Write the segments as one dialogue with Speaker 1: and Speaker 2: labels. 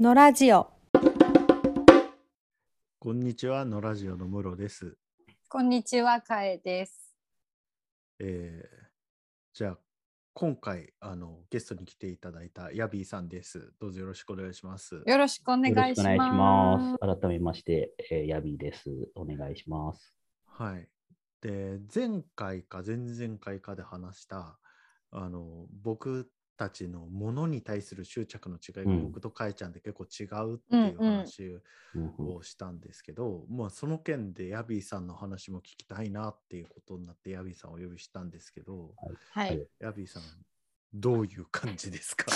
Speaker 1: のラジオ
Speaker 2: こんにちは、のラジオのムロです。
Speaker 3: こんにちは、かえです。
Speaker 2: えーじゃあ、今回あの、ゲストに来ていただいたヤビーさんです。どうぞよろしくお願いします。
Speaker 3: よろしくお願
Speaker 4: よろし
Speaker 3: い
Speaker 4: く
Speaker 3: し
Speaker 4: お願いし
Speaker 3: ます。
Speaker 4: ます。改めまして、えーヤビーです。お願いします。
Speaker 2: はい。で、前回か前々回かで話した、あの、僕たちのものに対する執着の違いが
Speaker 4: うん
Speaker 2: 僕とカエちゃんで結構違うって
Speaker 3: うん
Speaker 2: いう
Speaker 3: うん
Speaker 2: 話
Speaker 4: うんうん
Speaker 2: をしたんですけど、まあその件でヤビーさんの話も聞きたいなっていうことになってヤビーさんをお呼びしたんですけど、
Speaker 3: は
Speaker 4: はいい。
Speaker 2: ヤビーさん、どういう感じです か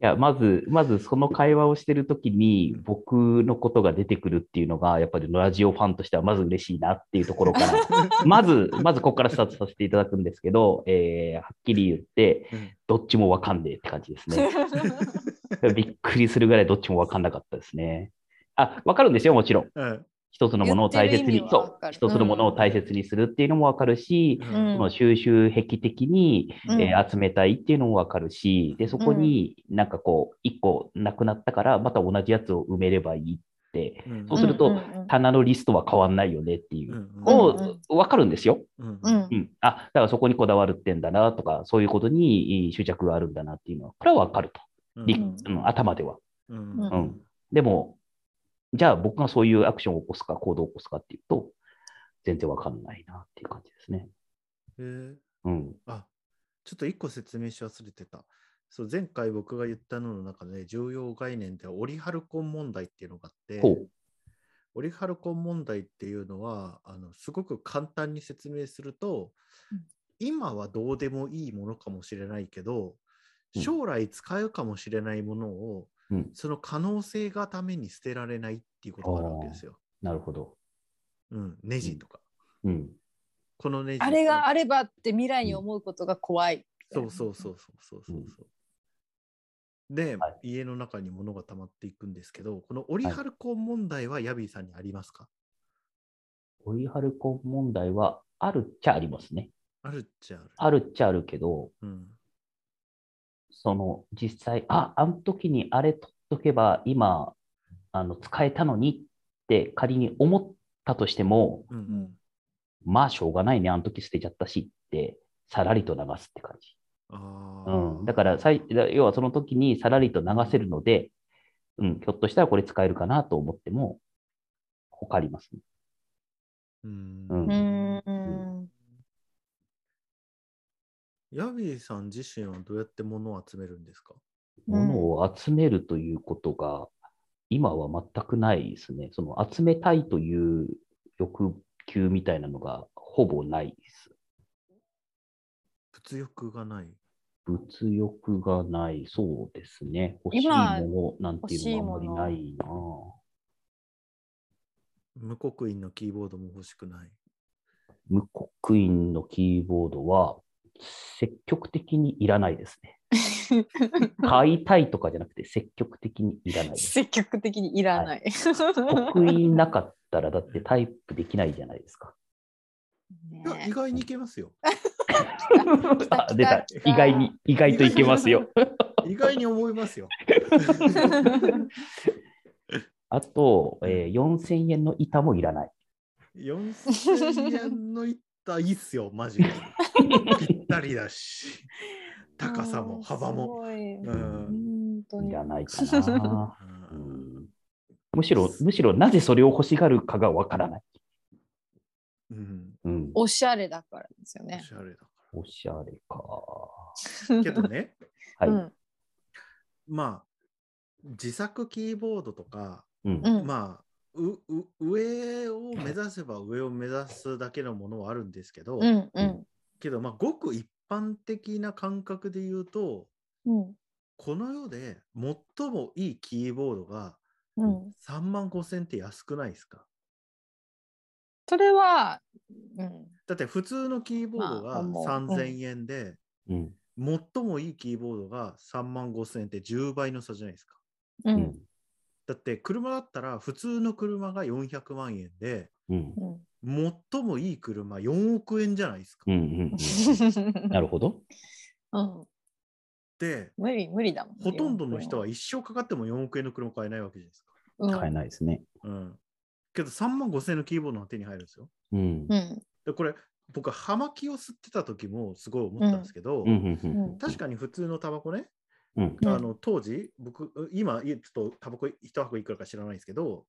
Speaker 4: いやまず、まずその会話をしてるときに、僕のことが出てくるっていうのが、やっぱりラジオファンとしてはまず嬉しいなっていうところから、 まず、まずここからスタートさせていただくんですけど、えーはっきり言って
Speaker 2: うん、
Speaker 4: どっちもわかんねえって感じです ね。びっくりするぐらいどっちもわかんなかったですね。あ、わかるんですよ、もちろ ん。
Speaker 2: うん
Speaker 4: 一つのものを大切
Speaker 3: 言ってる意
Speaker 4: に
Speaker 3: 味、は
Speaker 4: そ
Speaker 3: わ
Speaker 4: う
Speaker 3: か、る
Speaker 4: 一つのものを大切にするっていうのもわかるし、
Speaker 2: う
Speaker 3: うんん
Speaker 4: その収集癖的に、
Speaker 3: うん
Speaker 4: えー集めたいっていうのもわかるし、で、そこになんかこう、一個なくなったから、また同じやつを埋めればいいって、
Speaker 2: うん
Speaker 4: そうすると
Speaker 3: んん
Speaker 4: 棚のリストは変わんないよねっていう。
Speaker 2: ん
Speaker 4: を
Speaker 3: うんうん
Speaker 4: わかるんですよ。
Speaker 2: うん
Speaker 3: うんうん
Speaker 4: うん。あ、だからそこにこだわるってんだなとか、そういうことにいい執着があるんだなっていうのは、これはわかると。
Speaker 2: うん
Speaker 4: 理
Speaker 3: うん
Speaker 4: うん、頭では。
Speaker 2: うん
Speaker 3: うん
Speaker 4: でも、じゃあ僕がそういうアクションを起こすか、行動を起こすかっていうと、全然わかんないなっていう感じですね。
Speaker 2: えー
Speaker 4: うん。
Speaker 2: あちょっと一個説明し忘れてた。そう前回僕が言ったのの中で重要概念ではオリハルコン問題っていうのがあって
Speaker 4: ほう。
Speaker 2: オリハルコン問題っていうのはあのすごく簡単に説明すると、
Speaker 3: うん
Speaker 2: 今はどうでもいいものかもしれないけど
Speaker 4: うん
Speaker 2: 将来使うかもしれないものを、
Speaker 4: うん
Speaker 2: その可能性がために捨てられないっていうことがあるわけですよ。
Speaker 4: なるほど。
Speaker 2: うん、ネジとか、
Speaker 4: うん。
Speaker 2: このネジ
Speaker 3: あれがあればって未来に思うことが怖い。
Speaker 2: そうそうそうそうそうそうそう。で、
Speaker 4: は
Speaker 2: 家の中に物が溜まっていくんですけど、このオリハルコン問題はヤビーさんにありますか、
Speaker 4: オリハルコン問題はあるっちゃありますね。
Speaker 2: あるっちゃある。
Speaker 4: あるっちゃあるけど、
Speaker 2: うん。
Speaker 4: その実際、あ、あの時にあれ取っとけば今、あの使えたのにって仮に思ったとしても、
Speaker 2: うんうん
Speaker 3: ん。
Speaker 4: まあしょうがないね、あの時捨てちゃったしって、さらりと流すって感じ。
Speaker 2: ああ、
Speaker 4: うん。だからさい、だ要はその時にさらりと流せるので、うん、ひょっとしたらこれ使えるかなと思っても、他ありますね。
Speaker 2: うん
Speaker 4: うん
Speaker 3: うんうん
Speaker 2: ヤビーさん自身はどうやって物を集めるんですか
Speaker 3: うん
Speaker 4: 物を集めるということが、今は全くないですね。その集めたいという欲求みたいなのがほぼないです。
Speaker 2: 物欲がない。
Speaker 4: 物欲がない、そうですね。欲しい
Speaker 3: 今
Speaker 4: ものなんていうのがあんまりないな。
Speaker 2: 無刻印のキーボードも欲しくない。
Speaker 4: 無刻印のキーボードは積極的にいらないですね。買いたいとかじゃなくて積極的にいらないです。
Speaker 3: 積極的にいらない。
Speaker 4: 刻印なかったらだってタイプできないじゃないですか。
Speaker 2: いや、意
Speaker 3: ね
Speaker 2: 外にいけますよ。
Speaker 3: た
Speaker 4: あ出た
Speaker 3: 来。た
Speaker 4: 意外に、意外といけますよ。
Speaker 2: 意外に 思いますよ。
Speaker 4: あと、えー4000円の板もいらない。
Speaker 2: 4000円のいったいいっすよ、マジで。ぴったりだし、高さも幅も。
Speaker 3: あーす
Speaker 2: う
Speaker 3: ごい
Speaker 2: ん
Speaker 3: 本当
Speaker 4: い
Speaker 3: に
Speaker 4: らないか な。
Speaker 2: う
Speaker 4: うんんむしろ、むしろなぜそれを欲しがるかがわからない。
Speaker 2: うん、
Speaker 4: うん、
Speaker 3: おしゃれだからですよ
Speaker 2: お
Speaker 3: ね。
Speaker 2: しゃれだか
Speaker 4: おしゃれか。
Speaker 2: ら。けどね、
Speaker 4: はい。
Speaker 3: う
Speaker 4: うん
Speaker 3: ん
Speaker 2: まあ、自作キーボードとか、
Speaker 3: うん
Speaker 2: まあ、うう上を目指せば上を目指すだけのものはあるんですけ
Speaker 3: う
Speaker 2: ど、
Speaker 3: んうん
Speaker 2: けど、まあ、ごく一般的な感覚で言うと、
Speaker 3: うん
Speaker 2: この世で最もいいキーボードが
Speaker 3: うん。
Speaker 2: 3万5000って安くないですか
Speaker 3: それは、うん、
Speaker 2: だって普通のキーボード
Speaker 3: まあ
Speaker 2: が
Speaker 3: 思ううん
Speaker 2: 3000円で、
Speaker 4: うん
Speaker 2: 最もいいキーボードが3万5千円って10倍の差じゃないですか。
Speaker 3: う
Speaker 4: うんん、
Speaker 2: だって車だったら普通の車が400万円で
Speaker 4: うん、
Speaker 3: うん。
Speaker 2: 最もいい車4億円じゃないです か。
Speaker 4: うん、うん。なるほど。
Speaker 3: うん
Speaker 2: って、
Speaker 3: 無理、無理だもん。
Speaker 2: ほとんどの人は一生かかっても4億円の車買えないわけじゃないですか。
Speaker 3: うん、
Speaker 4: 買えないですね。
Speaker 2: うん。けど3万5千円のキーボードが手に入るんですよ。
Speaker 4: うん。
Speaker 3: うん。
Speaker 2: で、これ、僕、葉巻を吸ってた時もすごい思ったんですけど、
Speaker 4: うんうんうん
Speaker 3: うん
Speaker 2: 確かに普通のタバコね、
Speaker 4: うん
Speaker 3: うん
Speaker 2: あの当時、僕、今、いちょっとタバコ1箱いくらか知らないんですけど、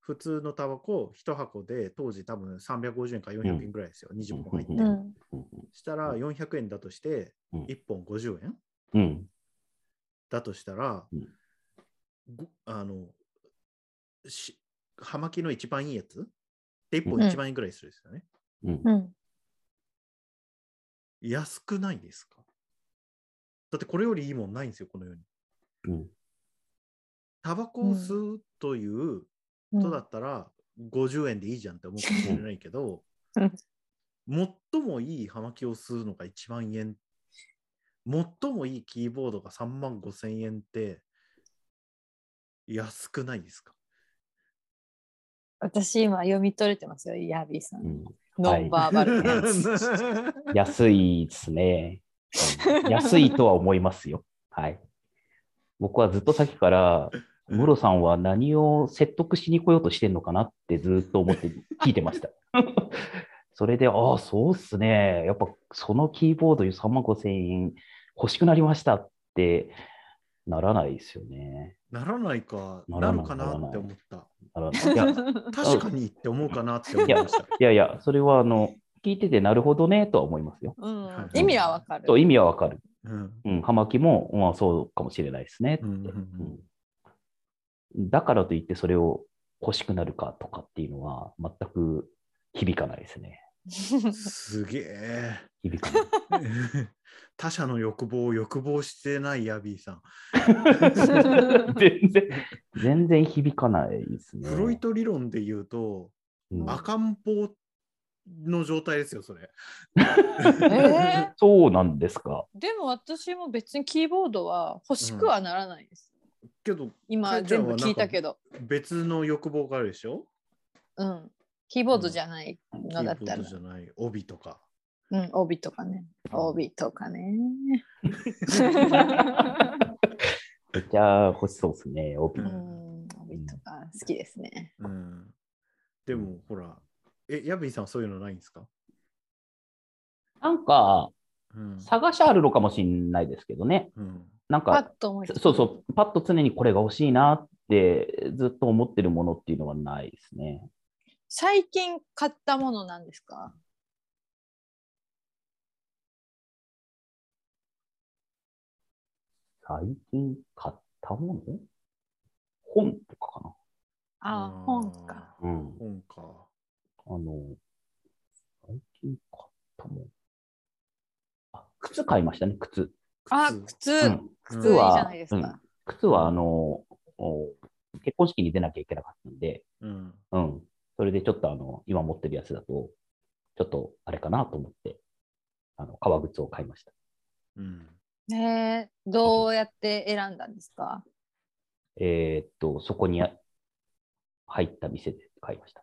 Speaker 2: 普通のタバコ1箱で当時多分350円か400円ぐらいですよ、20本入って。
Speaker 4: うん
Speaker 3: うん。
Speaker 2: したら400円だとして、
Speaker 4: うん
Speaker 2: 1本50円
Speaker 4: うん
Speaker 2: だとしたら、
Speaker 4: うん
Speaker 2: ごあの、し葉巻の一番いいやつで1本
Speaker 3: うん
Speaker 2: 1万円ぐらいするんですよね。
Speaker 4: うん
Speaker 3: うん。
Speaker 2: 安くないですかだってこれよりいいもんないんですよ、この世に。
Speaker 4: うん
Speaker 2: タバコを吸うという
Speaker 3: うん
Speaker 2: 人だったら50円でいいじゃんって思うかもしれないけど、
Speaker 3: うん
Speaker 2: 最もいい葉巻を吸うのが1万円、最もいいキーボードが3万5千円って安くないですか
Speaker 3: 私今読み取れてますよ、イヤービーさん
Speaker 4: う。んは
Speaker 3: ノ
Speaker 4: い
Speaker 3: ンバーバルなやつ。
Speaker 4: 安いですね。うん 安いとは思いますよ。はい。僕はずっとさっきから、ムロさんは何を説得しに来ようとしてんのかなってずっと思って聞いてました。 それで、ああ、そうっすね。やっぱそのキーボード3万5千円欲しくなりましたってならないですよね。
Speaker 2: ならないか、
Speaker 4: な
Speaker 2: な
Speaker 4: らない
Speaker 2: るかなって思った。
Speaker 4: ならない。いや
Speaker 2: 確かにって思うかなって思いました。
Speaker 4: いやいや、それはあの、聞いててなるほどねとは思いますよ。
Speaker 3: うん
Speaker 2: は、い
Speaker 3: 意味はわかる。
Speaker 4: と意味はわかる。
Speaker 2: うん
Speaker 4: うん、葉巻も、まあ、そうかもしれないですねって。
Speaker 2: うんうん
Speaker 4: うんだからといってそれを欲しくなるかとかっていうのは全く響かないですね。
Speaker 2: すげえ。
Speaker 4: 響かない。
Speaker 2: 他者の欲望を欲望してないヤビーさん。
Speaker 4: 全然、全然響かないですね。
Speaker 2: フロイト理論で言うと、
Speaker 4: うん
Speaker 2: 赤ん坊の状態ですよ、それ。
Speaker 3: えー
Speaker 4: そうなんですか。
Speaker 3: でも私も別にキーボードは欲しくはならないです。
Speaker 2: けど、
Speaker 3: 今全部聞いたけど、
Speaker 2: 別の欲望があるでしょ
Speaker 3: うん、キーボードじゃない
Speaker 2: キ
Speaker 3: のだ
Speaker 2: ー
Speaker 3: っ
Speaker 2: ボ
Speaker 3: た
Speaker 2: ー
Speaker 3: ら
Speaker 2: ド、じゃない、帯とか。
Speaker 3: うん、帯とかね、帯とかね。
Speaker 4: めっちゃ欲しそうですね。帯
Speaker 3: う
Speaker 2: うん
Speaker 3: ん、帯とか好きですね。
Speaker 2: うん、でも、ほら、え、ヤビーさんはそういうのないんですか、
Speaker 4: なんか、
Speaker 2: うん
Speaker 4: 探しあるのかもしれないですけどね。
Speaker 2: うん
Speaker 4: なん
Speaker 3: パ
Speaker 4: か、
Speaker 3: ッと思いつく
Speaker 4: そうそう、パッと常にこれが欲しいなってずっと思ってるものっていうのはないですね。
Speaker 3: 最近買ったものなんですか
Speaker 4: 最近買ったもの本とかか
Speaker 3: あ
Speaker 2: ー
Speaker 3: あ、本か。
Speaker 4: な。うん。
Speaker 2: 本か。
Speaker 4: あの、最近買ったもの。あ、靴買いましたね、靴。
Speaker 3: あ、
Speaker 4: う
Speaker 3: 靴
Speaker 4: ん、
Speaker 3: 靴いい
Speaker 2: 靴
Speaker 3: じ
Speaker 2: は
Speaker 3: ゃないです
Speaker 4: うん
Speaker 3: か。
Speaker 4: 靴は、あの、お結婚式に出なきゃいけなかったんで、
Speaker 2: うん。
Speaker 4: うん。それでちょっとあの、今持ってるやつだと、ちょっとあれかなと思って、あの、革靴を買いました。
Speaker 2: うん。
Speaker 3: ねえ、どうやって選んだんですか
Speaker 4: えーっと、そこにあ入った店で買いました。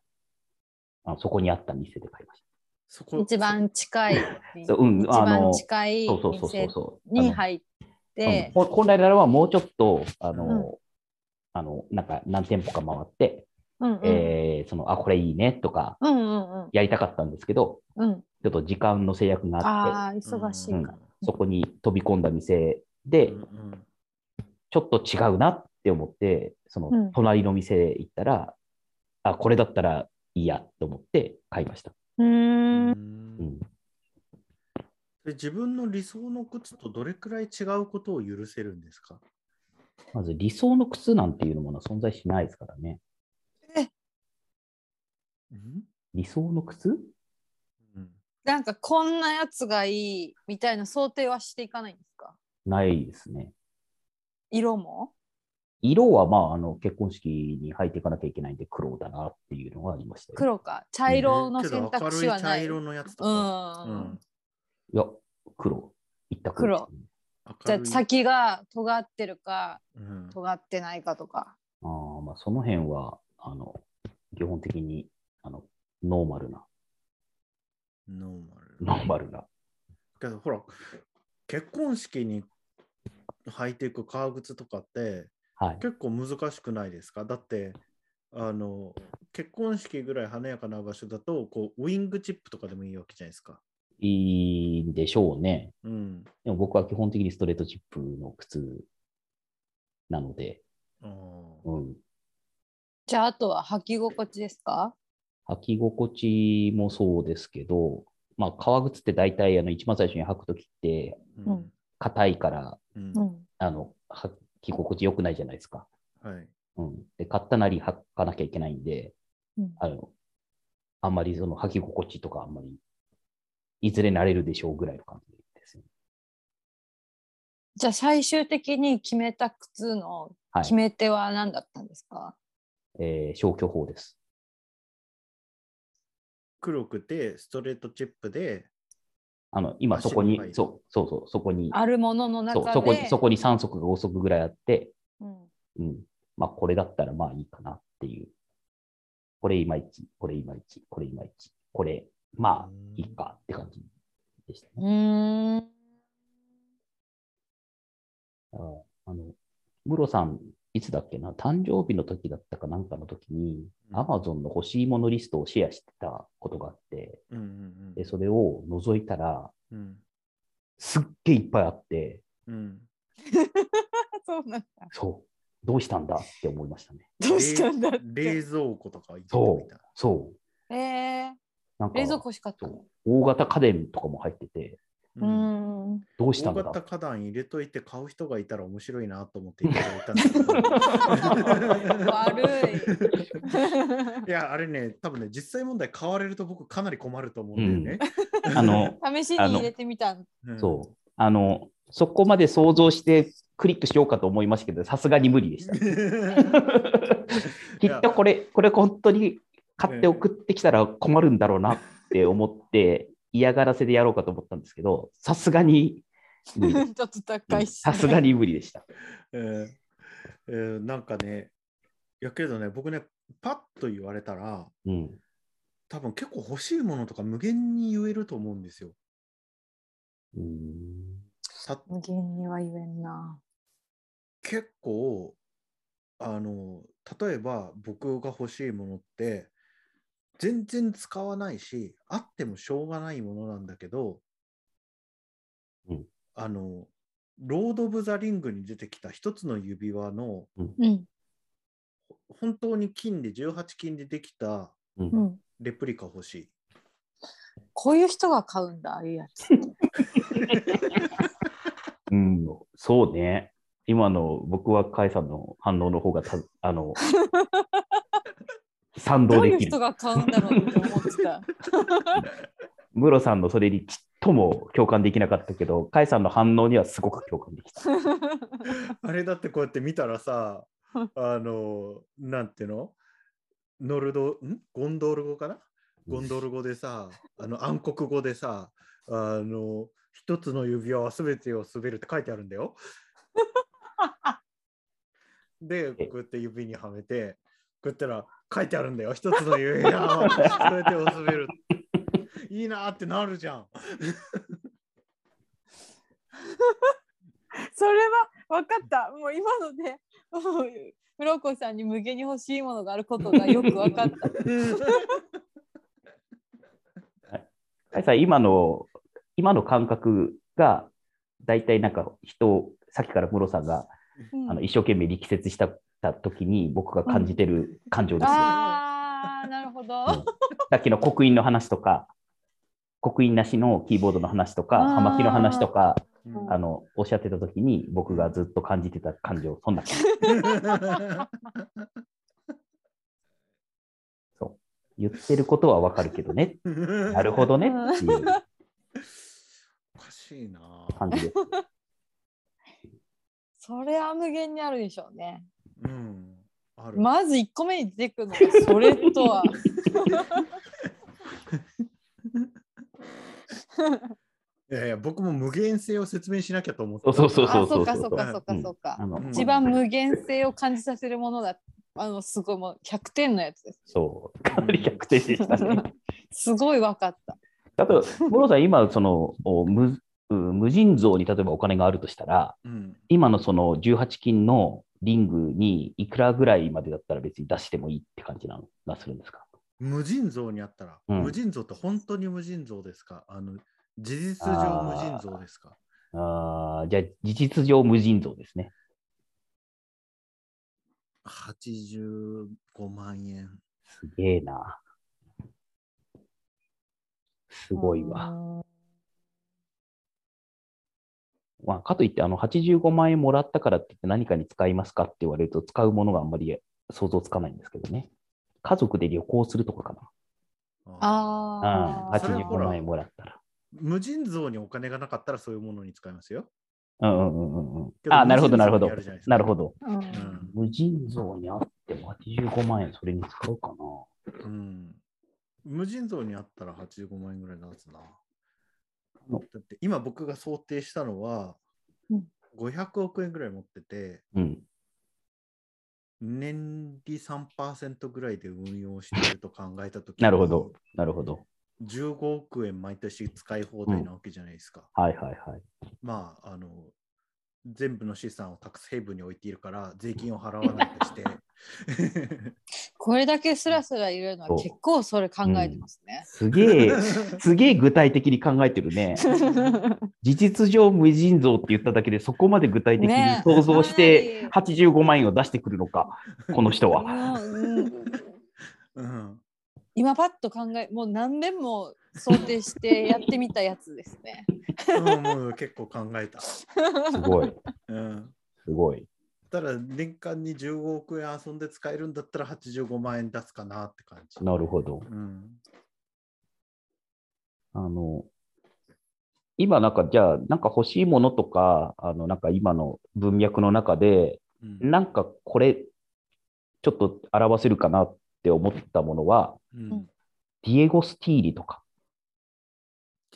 Speaker 4: あそこにあった店で買いまし
Speaker 2: そこ
Speaker 3: 一番近い、
Speaker 4: そううん
Speaker 3: 一
Speaker 4: あの
Speaker 3: 番近い
Speaker 4: た。そうそうそうそう
Speaker 3: 店
Speaker 4: そう。
Speaker 3: に
Speaker 4: あの
Speaker 3: 入っ
Speaker 4: うん
Speaker 3: て、
Speaker 4: ほ本来ならばもうちょっと、あの、
Speaker 3: うん
Speaker 4: あの、なんか何店舗か回って、
Speaker 3: うんうん
Speaker 4: えーその、あ、これいいねとか、
Speaker 3: うんうん
Speaker 4: やりたかったんですけど、
Speaker 3: うんうん。
Speaker 4: ちょっと時間の制約があって、
Speaker 3: ああ、忙しい
Speaker 4: うん
Speaker 3: から。
Speaker 4: そこに飛び込んだ店で、
Speaker 2: うんうん
Speaker 4: ちょっと違うなって思って、そ
Speaker 3: うん
Speaker 4: の、隣の店へ行ったら、あ、これだったらいいやと思って買いました。
Speaker 3: うー
Speaker 2: う
Speaker 3: ん。
Speaker 2: ん
Speaker 4: うん。
Speaker 2: で自分の理想の靴とどれくらい違うことを許せるんですか
Speaker 4: まず理想の靴なんていうものは存在しないですからね。
Speaker 2: うん
Speaker 4: 理想の靴
Speaker 2: うん
Speaker 3: なんかこんなやつがいいみたいな想定はしていかないんですか
Speaker 4: ないですね。
Speaker 3: 色も
Speaker 4: 色はまあ、あの、結婚式に入っていかなきゃいけないんで黒だなっていうのはありましたよ
Speaker 3: 黒か。茶色の
Speaker 2: けど
Speaker 3: 選択肢はない。う
Speaker 2: 明るい茶色
Speaker 3: ん。
Speaker 2: のやつとか。うん
Speaker 4: いや、黒。一択。
Speaker 3: 黒。じゃ
Speaker 2: 明る
Speaker 3: あ
Speaker 2: い
Speaker 3: 先が尖ってるか
Speaker 2: うん
Speaker 3: 尖ってないかとか。
Speaker 4: ああ、まあ、その辺は、あの、基本的に、あの、ノーマルな、
Speaker 2: ノーマル。
Speaker 4: ノーマルな。
Speaker 2: けどほら、結婚式に履いていく革靴とかって
Speaker 4: はい。
Speaker 2: 結構難しくないですかだってあの結婚式ぐらい華やかな場所だとこうウイングチップとかでもいいわけじゃないですか。
Speaker 4: いいんでしょうね。
Speaker 2: うん、
Speaker 4: でも僕は基本的にストレートチップの靴なので、
Speaker 2: あー
Speaker 4: うん。
Speaker 3: じゃああとは履き心地ですか
Speaker 4: 履き心地もそうですけど、まあ、革靴って大体あの一番最初に履くときって
Speaker 2: うん
Speaker 4: 硬いから
Speaker 2: うん
Speaker 3: うん。
Speaker 4: あの履き心地良くないじゃないですか。
Speaker 2: はい
Speaker 4: うん、で買ったなり履かなきゃいけないんで、
Speaker 3: うん
Speaker 4: あのあんまりその履き心地とかあんまりいずれ慣れるでしょうぐらいの感じですね。
Speaker 3: じゃあ最終的に決めた靴の
Speaker 4: はい
Speaker 3: 決め手は何だったんですか、
Speaker 4: えー消去法です。
Speaker 2: 黒くてストレートチップで、
Speaker 4: あの今そこ
Speaker 2: 足に入
Speaker 4: に
Speaker 2: る
Speaker 4: そうそうそうそこに
Speaker 3: あるものの
Speaker 4: そう
Speaker 3: 中で
Speaker 4: そこにそこに3足が5足ぐらいあって、
Speaker 3: うん
Speaker 4: うん、まあこれだったらまあいいかなっていう。これいまいち、これいまいち、これいまいち、これまあいいかって感じでしたね。
Speaker 3: うーん
Speaker 4: ああの、ムロさん、いつだっけな、誕生日の時だったかなんかの時に、
Speaker 2: うん
Speaker 4: アマゾンの欲しいものリストをシェアしてたことがあって、
Speaker 2: うんうんう
Speaker 4: で、
Speaker 2: ん
Speaker 4: それを覗いたら、
Speaker 2: うん
Speaker 4: すっげえいっぱいあって、
Speaker 2: うん、
Speaker 3: そうなんだ
Speaker 4: そう、どうしたんだって思いましたね。
Speaker 3: どうしたんだって
Speaker 2: 冷蔵庫とか入ってたみたい
Speaker 4: そう、
Speaker 3: えー、
Speaker 4: なんか、
Speaker 3: 冷蔵庫欲しかった
Speaker 4: そう大型家電とかも入ってて、
Speaker 2: な。
Speaker 3: う
Speaker 2: うん
Speaker 3: んん
Speaker 4: どうした
Speaker 2: 大
Speaker 4: んだ
Speaker 2: 型花壇入れといて買う人がいたら面白いなと思っていただいたんですけど
Speaker 3: 悪
Speaker 2: いやあれね多分ね実際問題買われると僕かなり困ると思うんだよね、
Speaker 4: あの、
Speaker 3: 試しに入れてみた
Speaker 2: うん
Speaker 4: そう、あの、そこまで想像してクリックしようかと思いましたけど、さすがに無理でした。 きっとこれ、これ本当に買って送ってきたら困るんだろうなって思って、嫌がらせでやろうかと思ったんですけど、さすがに無理 でし
Speaker 3: ちょっと
Speaker 4: た
Speaker 3: 高いし、
Speaker 4: さすがに無理でした。
Speaker 2: えーえーなんかねいやけどね僕ねパッと言われたら
Speaker 4: うん。
Speaker 2: 多分結構欲しいものとか無限に言えると思うんですよ
Speaker 4: うん
Speaker 2: さ
Speaker 3: 無限には言えんな
Speaker 2: 結構あの例えば僕が欲しいものって全然使わないしあってもしょうがないものなんだけど、
Speaker 4: うん
Speaker 2: あのロード・オブ・ザ・リングに出てきた一つの指輪の
Speaker 3: うん
Speaker 2: 本当に金で18金でできた
Speaker 4: うん
Speaker 3: うん
Speaker 2: レプリカ欲しい。
Speaker 3: こういう人が買うんだああいうやつ
Speaker 4: うん、そうね。今の僕は甲斐さんの反応の方がた、あの、賛
Speaker 3: ど
Speaker 4: 同
Speaker 3: うい
Speaker 4: で
Speaker 3: う
Speaker 4: き
Speaker 3: 人
Speaker 4: る。
Speaker 3: が買うんだろうって思ってた
Speaker 4: ムロさんのそれにちっとも共感できなかったけど、甲斐さんの反応にはすごく共感できた。
Speaker 2: あれだってこうやって見たらさ、あの、なんていうのノルド、んゴンドール語かなゴンドール語でさ、あの暗黒語でさ、あの、一つの指輪は全てを滑るって書いてあるんだよ。で、こうやって指にはめて、こうやったら書いてあるんだよ。一つの指輪は全てを滑る。いいなーってなるじゃん。
Speaker 3: それは分かったもう今のでもうブロッコリーさんに無限に欲しいものがあることがよく分か った
Speaker 4: カイさん、今の、今の感覚が、大体なんか人を、さっきからムロさんが、
Speaker 3: うん
Speaker 4: あの一生懸命力説したた時に僕が感じてる感情ですよ。
Speaker 3: あーなるほど、
Speaker 4: うんさっきの刻印の話とか、刻印なしのキーボードの話とか、
Speaker 3: あー
Speaker 4: 葉巻の話とか、
Speaker 2: うん
Speaker 4: あの、おっしゃってた時に僕がずっと感じてた感情、そんな感じ。 言ってることはわかるけどね、な
Speaker 2: な
Speaker 4: るほどねっていう
Speaker 2: おかしいなぁ。
Speaker 4: 感じです。
Speaker 3: それは無限にあるでしょうね
Speaker 2: うん。ある。
Speaker 3: まず1個目に出てくるの がそれとは
Speaker 2: いやいや、僕も無限性を説明しなきゃと思ってた。
Speaker 4: そうそう
Speaker 3: あ
Speaker 4: そ
Speaker 3: そうう
Speaker 4: そ
Speaker 3: か
Speaker 4: う
Speaker 3: そうかそうかそうか、
Speaker 4: あの
Speaker 2: うん
Speaker 3: 一番無限性を感じさせるものだあのすごいもう100点のやつです
Speaker 4: そう、かなり逆転でしたね。
Speaker 3: すごい分かった
Speaker 4: あと、五郎さん、今、そのおむうん無尽蔵に例えばお金があるとしたら、
Speaker 2: うん。
Speaker 4: 今のその18金のリングにいくらぐらいまでだったら別に出してもいいって感じなのがするんですか
Speaker 2: 無尽蔵にあったら、
Speaker 4: うん
Speaker 2: 無尽蔵って本当に無尽蔵ですかあの事実上無尽蔵ですか
Speaker 4: あーじゃあ、事実上無尽蔵ですね。
Speaker 2: 85万円。
Speaker 4: すげえな。すごいわ。まあ、かといって、あの、85万円もらったからって言って何かに使いますかって言われると、使うものがあんまり想像つかないんですけどね。家族で旅行するとかか
Speaker 3: あー
Speaker 4: な。うん、
Speaker 2: それはほ
Speaker 4: 85
Speaker 2: ら
Speaker 4: 万円もらったら。
Speaker 2: 無尽蔵にお金がなかったらそういうものに使いますよ。
Speaker 4: うんうんうんうんうん
Speaker 2: け。ど
Speaker 4: あー、なるほど、なるほど
Speaker 2: 無尽蔵にやるじゃないで。すか
Speaker 4: なるほど。
Speaker 3: うん
Speaker 2: うん。
Speaker 4: 無尽蔵にあっても85万円それに使うかな。
Speaker 2: うん、無尽蔵にあったら85万円ぐらい出すな。
Speaker 4: の
Speaker 2: だって今僕が想定したのは
Speaker 3: うん
Speaker 2: 500億円ぐらい持ってて
Speaker 4: うん。
Speaker 2: 年利3%ぐらいで運用してると考えたとき
Speaker 4: なるほど。なるほど。
Speaker 2: 15億円毎年使い放題なわけじゃないですか。
Speaker 4: はいはいはい。
Speaker 2: まあ、あの、全部の資産をタックスヘイブンに置いているから、税金を払わないと して。
Speaker 3: これだけスラスラいるのは結構それ考えてます ね。
Speaker 4: すげえ、すげえ具体的に考えてるね。事実上無尽蔵って言っただけでそこまで具体的に
Speaker 3: ね
Speaker 4: 想像して
Speaker 3: はい
Speaker 4: 85万円を出してくるのか、この人 は。
Speaker 3: もううん
Speaker 2: うん、
Speaker 3: 今パッと考えもう何年も想定してやってみたやつです ね。
Speaker 2: うんもう結構考えた。
Speaker 4: すごい、
Speaker 2: うん。
Speaker 4: すごい。
Speaker 2: ただ、年間に15億円遊んで使えるんだったら85万円出すかなって感じ。
Speaker 4: なるほど。
Speaker 2: うん。
Speaker 4: あの、今なんかじゃあ、なんか欲しいものとか、あの、なんか今の文脈の中で、
Speaker 2: うん。
Speaker 4: なんかこれ、ちょっと表せるかなって思ったものは、
Speaker 2: うん
Speaker 4: ディエゴ・スティーリとか、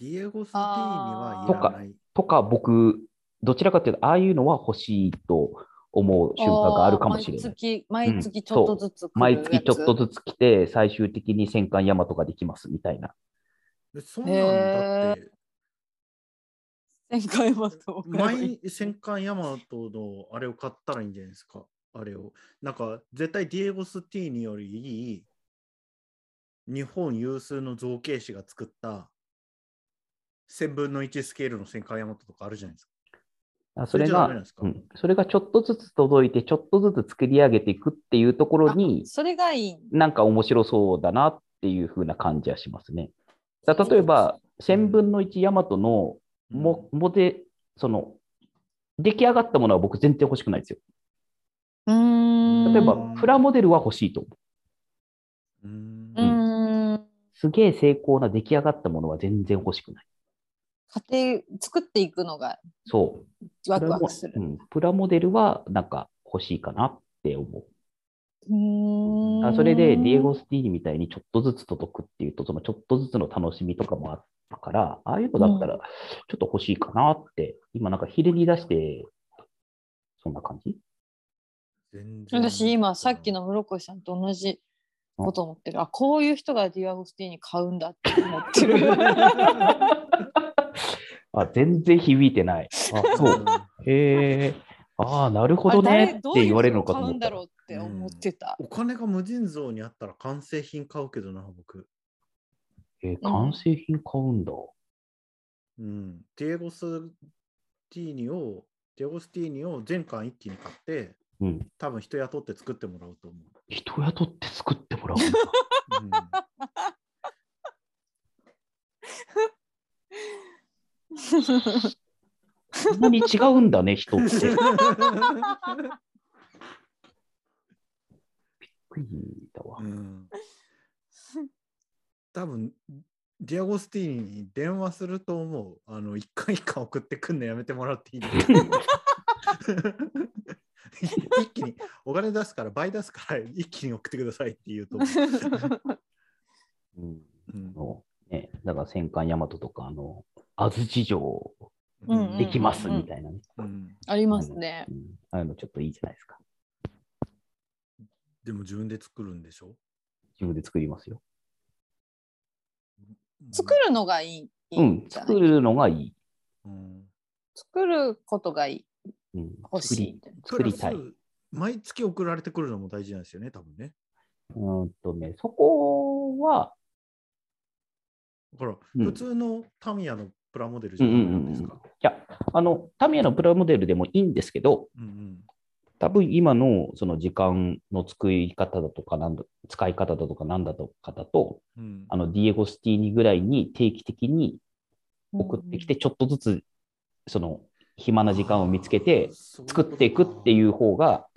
Speaker 2: ディエゴ・スティーニはいらない。
Speaker 4: とか僕、どちらかというと、ああいうのは欲しいと思う瞬間があるかもしれない。
Speaker 3: 毎月毎月ちょっとずつ来るやつ、
Speaker 4: 毎月ちょっとずつ来て、最終的に戦艦ヤマトができますみたいな。
Speaker 2: えそんなんだって、
Speaker 3: 前回はそう
Speaker 2: 毎戦艦ヤマトのあれを買ったらいいんじゃないですか。あれを。なんか、絶対ディエゴ・スティーニよりいい、日本有数の造形師が作った、1000分の1スケールの戦艦ヤマトとかあるじゃないですか。
Speaker 4: あそ
Speaker 2: それ
Speaker 4: れ
Speaker 2: じゃダ
Speaker 4: が
Speaker 2: メなんですか
Speaker 4: うん、それがちょっとずつ届いて、ちょっとずつ作り上げていくっていうところに、
Speaker 3: それがいい。
Speaker 4: なんか面白そうだなっていう風な感じはしますね。だから例えば、1000分の1ヤマトのも、もで、その、出来上がったものは僕全然欲しくないですよ。
Speaker 3: うーん
Speaker 4: 例えば
Speaker 2: うん、
Speaker 4: プラモデルは欲しいと思う。
Speaker 2: うん、
Speaker 3: うーん
Speaker 4: すげえ成功な出来上がったものは全然欲しくない。
Speaker 3: 家庭作っていくのが
Speaker 4: そう。
Speaker 3: ワクワクする
Speaker 4: プ。ラモうん、プラモデルはなんか欲しいかなって思
Speaker 3: うー
Speaker 4: う。
Speaker 3: ん
Speaker 4: あそれで、ディエゴ・スティーニみたいにちょっとずつ届くっていうと、そのちょっとずつの楽しみとかもあったから、ああいうのだったらちょっと欲しいかなって、今なんかひれに出して、そん な感じ
Speaker 2: 全然
Speaker 3: 私今さっきの室越さんと同じこと思ってる。あこういう人がディアゴスティーニ買うんだって思って る。
Speaker 4: あ、全然響いてない。あ、
Speaker 2: う
Speaker 4: そ
Speaker 2: ん
Speaker 4: う。へえ。ああ、なるほど
Speaker 3: あれ誰
Speaker 4: ねって
Speaker 3: どういう
Speaker 4: 言われるのかと
Speaker 3: 人買うん
Speaker 4: 思っ
Speaker 3: だ
Speaker 4: た。
Speaker 3: ろうって思ってた。
Speaker 2: お金が無尽蔵にあったら完成品買うけどな、僕。
Speaker 4: えー完成品買うんだ。
Speaker 2: うん。ディエゴ・スティーニを、ディエゴ・スティーニを全巻一気に買って、
Speaker 4: うん。
Speaker 2: 多分人雇って作ってもらうと思う。
Speaker 4: 人雇って作ってもらうんだ。
Speaker 2: うん
Speaker 4: そんなに違うんだね、人って。悔いだわ
Speaker 2: う。ん、多分ディアゴスティーニに電話すると思う。あの、一回一回送ってくんのやめてもらっていい 一気にお金出すから倍出すから一気に送ってくださいって言うと思う。
Speaker 4: うん
Speaker 2: うん
Speaker 4: あのね、だから戦艦ヤマトとか、あの、安土城
Speaker 3: うんうん
Speaker 4: できますみたいなね。
Speaker 2: うん
Speaker 3: ありますね。
Speaker 4: うんああいうのちょっといいじゃないですか。
Speaker 2: でも自分で作るんでしょ
Speaker 4: 自分で作りますよ。
Speaker 3: 作るのがいい。
Speaker 4: うん、
Speaker 3: じゃない
Speaker 4: 作るのがいい。
Speaker 2: ううん
Speaker 3: 作ることがいい
Speaker 4: うん
Speaker 3: 欲しい。
Speaker 4: 作りたい
Speaker 2: プラス毎月送られてくるのも大事なんですよね、多分ね。
Speaker 4: うーんとね、そこは、
Speaker 2: ほら、
Speaker 4: うん
Speaker 2: 普通のタミヤのプラモデルじゃないですか。
Speaker 4: いや、あの、タミヤのプラモデルでもいいんですけど、
Speaker 2: うんうん
Speaker 4: 多分今のその時間の作り方だとかなんだ、使い方だとかなんだとかだと、
Speaker 2: うん
Speaker 4: あの、ディエゴ・スティーニぐらいに定期的に送ってきて、ちょっとずつ、その、暇な時間を見つけて、作っていくっていう方が、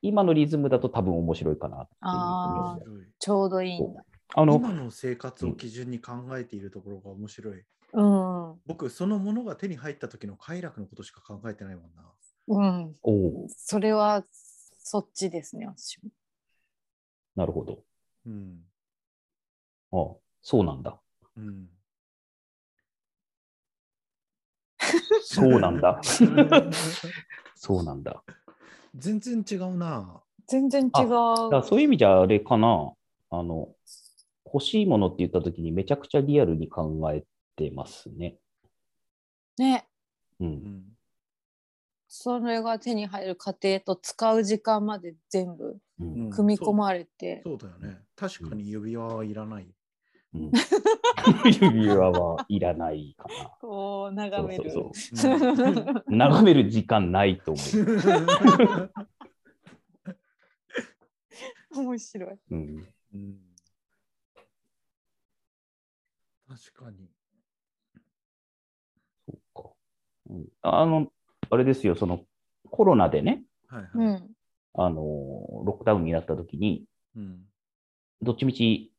Speaker 4: 今のリズムだと多分面白いかなっていうふうに思
Speaker 3: あ
Speaker 4: う
Speaker 3: ー
Speaker 2: 面白い
Speaker 3: ちょうどいいんだ。
Speaker 4: あの、
Speaker 2: 今の生活を基準に考えているところが面白い。
Speaker 3: うん。
Speaker 2: 僕、そのものが手に入った時の快楽のことしか考えてないもんな。
Speaker 3: うん。
Speaker 4: おお
Speaker 3: それはそっちですね、私も。
Speaker 4: なるほど。
Speaker 2: うん。
Speaker 4: ああそうなんだ。
Speaker 2: うん。
Speaker 4: そうなんだ。そうなんだ。
Speaker 2: 全然違うな。
Speaker 3: 全然違う。
Speaker 4: だからそういう意味じゃあれかな。あの、欲しいものって言った時にめちゃくちゃリアルに考えてますね。
Speaker 3: ね。
Speaker 4: う。
Speaker 2: うんん。
Speaker 3: それが手に入る過程と使う時間まで全部
Speaker 4: うん
Speaker 2: うん
Speaker 3: 組み込まれて、
Speaker 2: そうそうだよね。確かに指輪はいら ない。
Speaker 4: うん指輪はいらないか
Speaker 3: こう
Speaker 4: な。
Speaker 3: 眺める。
Speaker 4: そう
Speaker 2: うん
Speaker 4: 眺める時間ないと思
Speaker 3: 面白い。
Speaker 4: う。うん、
Speaker 2: うん確かに。
Speaker 4: そうか、うんあの、あれですよ、そのコロナでね、
Speaker 2: はいうはい。
Speaker 3: ん。
Speaker 4: あの、ロックダウンになった時に、
Speaker 2: うん。
Speaker 4: どっちみち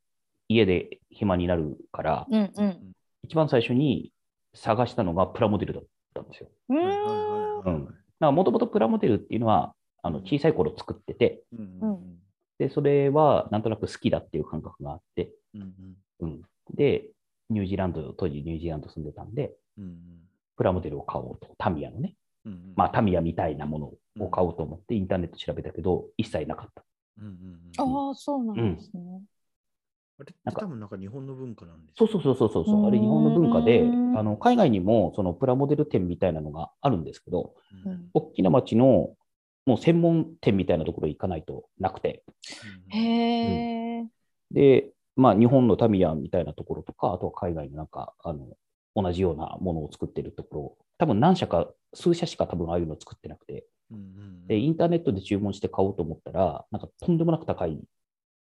Speaker 4: 家で暇になるから、
Speaker 3: うんうん。
Speaker 4: 一番最初に探したのがプラモデルだったんですよ。
Speaker 3: う
Speaker 2: はいは
Speaker 3: ん。
Speaker 2: いはいはい
Speaker 4: もともとプラモデルっていうのは、あの
Speaker 2: うん
Speaker 4: 小さい頃作ってて、
Speaker 2: うん
Speaker 4: で、それはなんとなく好きだっていう感覚があって、
Speaker 2: うんうん
Speaker 4: うん。で、ニュージーランド、当時ニュージーランド住んでたんで、
Speaker 2: うんうん
Speaker 4: プラモデルを買おうと、タミヤのね、
Speaker 2: うんうん
Speaker 4: まあタミヤみたいなものを買おうと思ってインターネット調べたけど、一切なかった。
Speaker 2: うんうんうん
Speaker 3: ああ、そうなんですね。
Speaker 2: あれ
Speaker 4: なん
Speaker 2: って
Speaker 4: か
Speaker 2: 多分なんか日本の文化なんです
Speaker 4: そうそうそうそうそう、あれ日本の文化で、
Speaker 3: うん
Speaker 4: あの海外にもそのプラモデル店みたいなのがあるんですけど、
Speaker 2: う
Speaker 3: うんん
Speaker 4: 大きな町のもう専門店みたいなところ行かないとなくて、
Speaker 3: へえ。
Speaker 4: で、まあ、日本のタミヤみたいなところとか、あとは海外のなんか、あの、同じようなものを作ってるところ、多分何社か、数社しか多分ああいうの作ってなくて、
Speaker 2: うんうん
Speaker 4: で、インターネットで注文して買おうと思ったら、なんかとんでもなく高い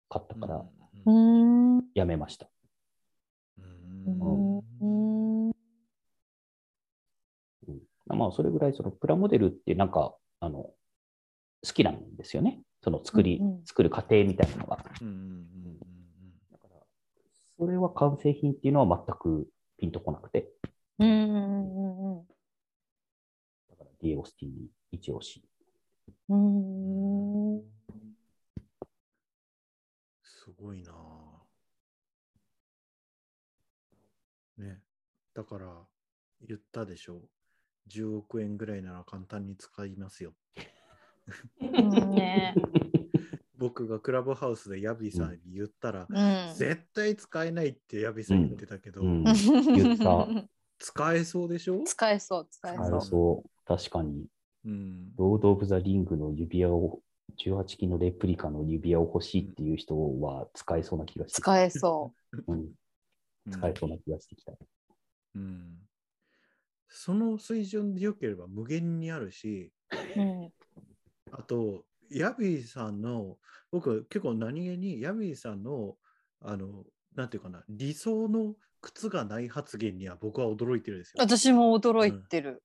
Speaker 4: かったから、
Speaker 3: う
Speaker 2: うん
Speaker 3: ん。
Speaker 4: やめました。
Speaker 2: うん
Speaker 3: うん。
Speaker 4: まあ、それぐらい、そのプラモデルってなんか、あの、好きなんですよね。その作り
Speaker 3: うんうん、
Speaker 4: 作る過程みたいなのが。
Speaker 2: うんうんうん
Speaker 4: だから、それは完成品っていうのは全くピンとこなくて、
Speaker 3: うんうん
Speaker 4: だから、ディオスティに一押し。
Speaker 3: う。
Speaker 2: うん
Speaker 3: うんん。
Speaker 2: すごいなあねだから言ったでしょ10億円ぐらいなら簡単に使いますよ
Speaker 3: うんね。
Speaker 2: 僕がクラブハウスでヤビさんに言ったら、
Speaker 3: うん。
Speaker 2: 絶対使えないってヤビさん言ってたけど、
Speaker 4: うん言った
Speaker 2: 使えそうでしょ、
Speaker 3: 使えそう、使え
Speaker 4: あ
Speaker 3: そ
Speaker 4: れ
Speaker 3: う。
Speaker 4: そう、確かに、
Speaker 2: うん、
Speaker 4: ロード・オブ・ザ・リングの指輪を、18金のレプリカの指輪を欲しいっていう人は使えそうな気がしてきた。
Speaker 3: 使えそ
Speaker 4: うん、使えそうな気がしてきた。
Speaker 2: うんその水準でよければ無限にあるし
Speaker 3: う。うん。
Speaker 2: あとヤビーさんの僕結構何気にヤビーさんのあのなんていうかな理想の靴がない発言には僕は驚いてるんですよ。
Speaker 3: 私も驚いてる。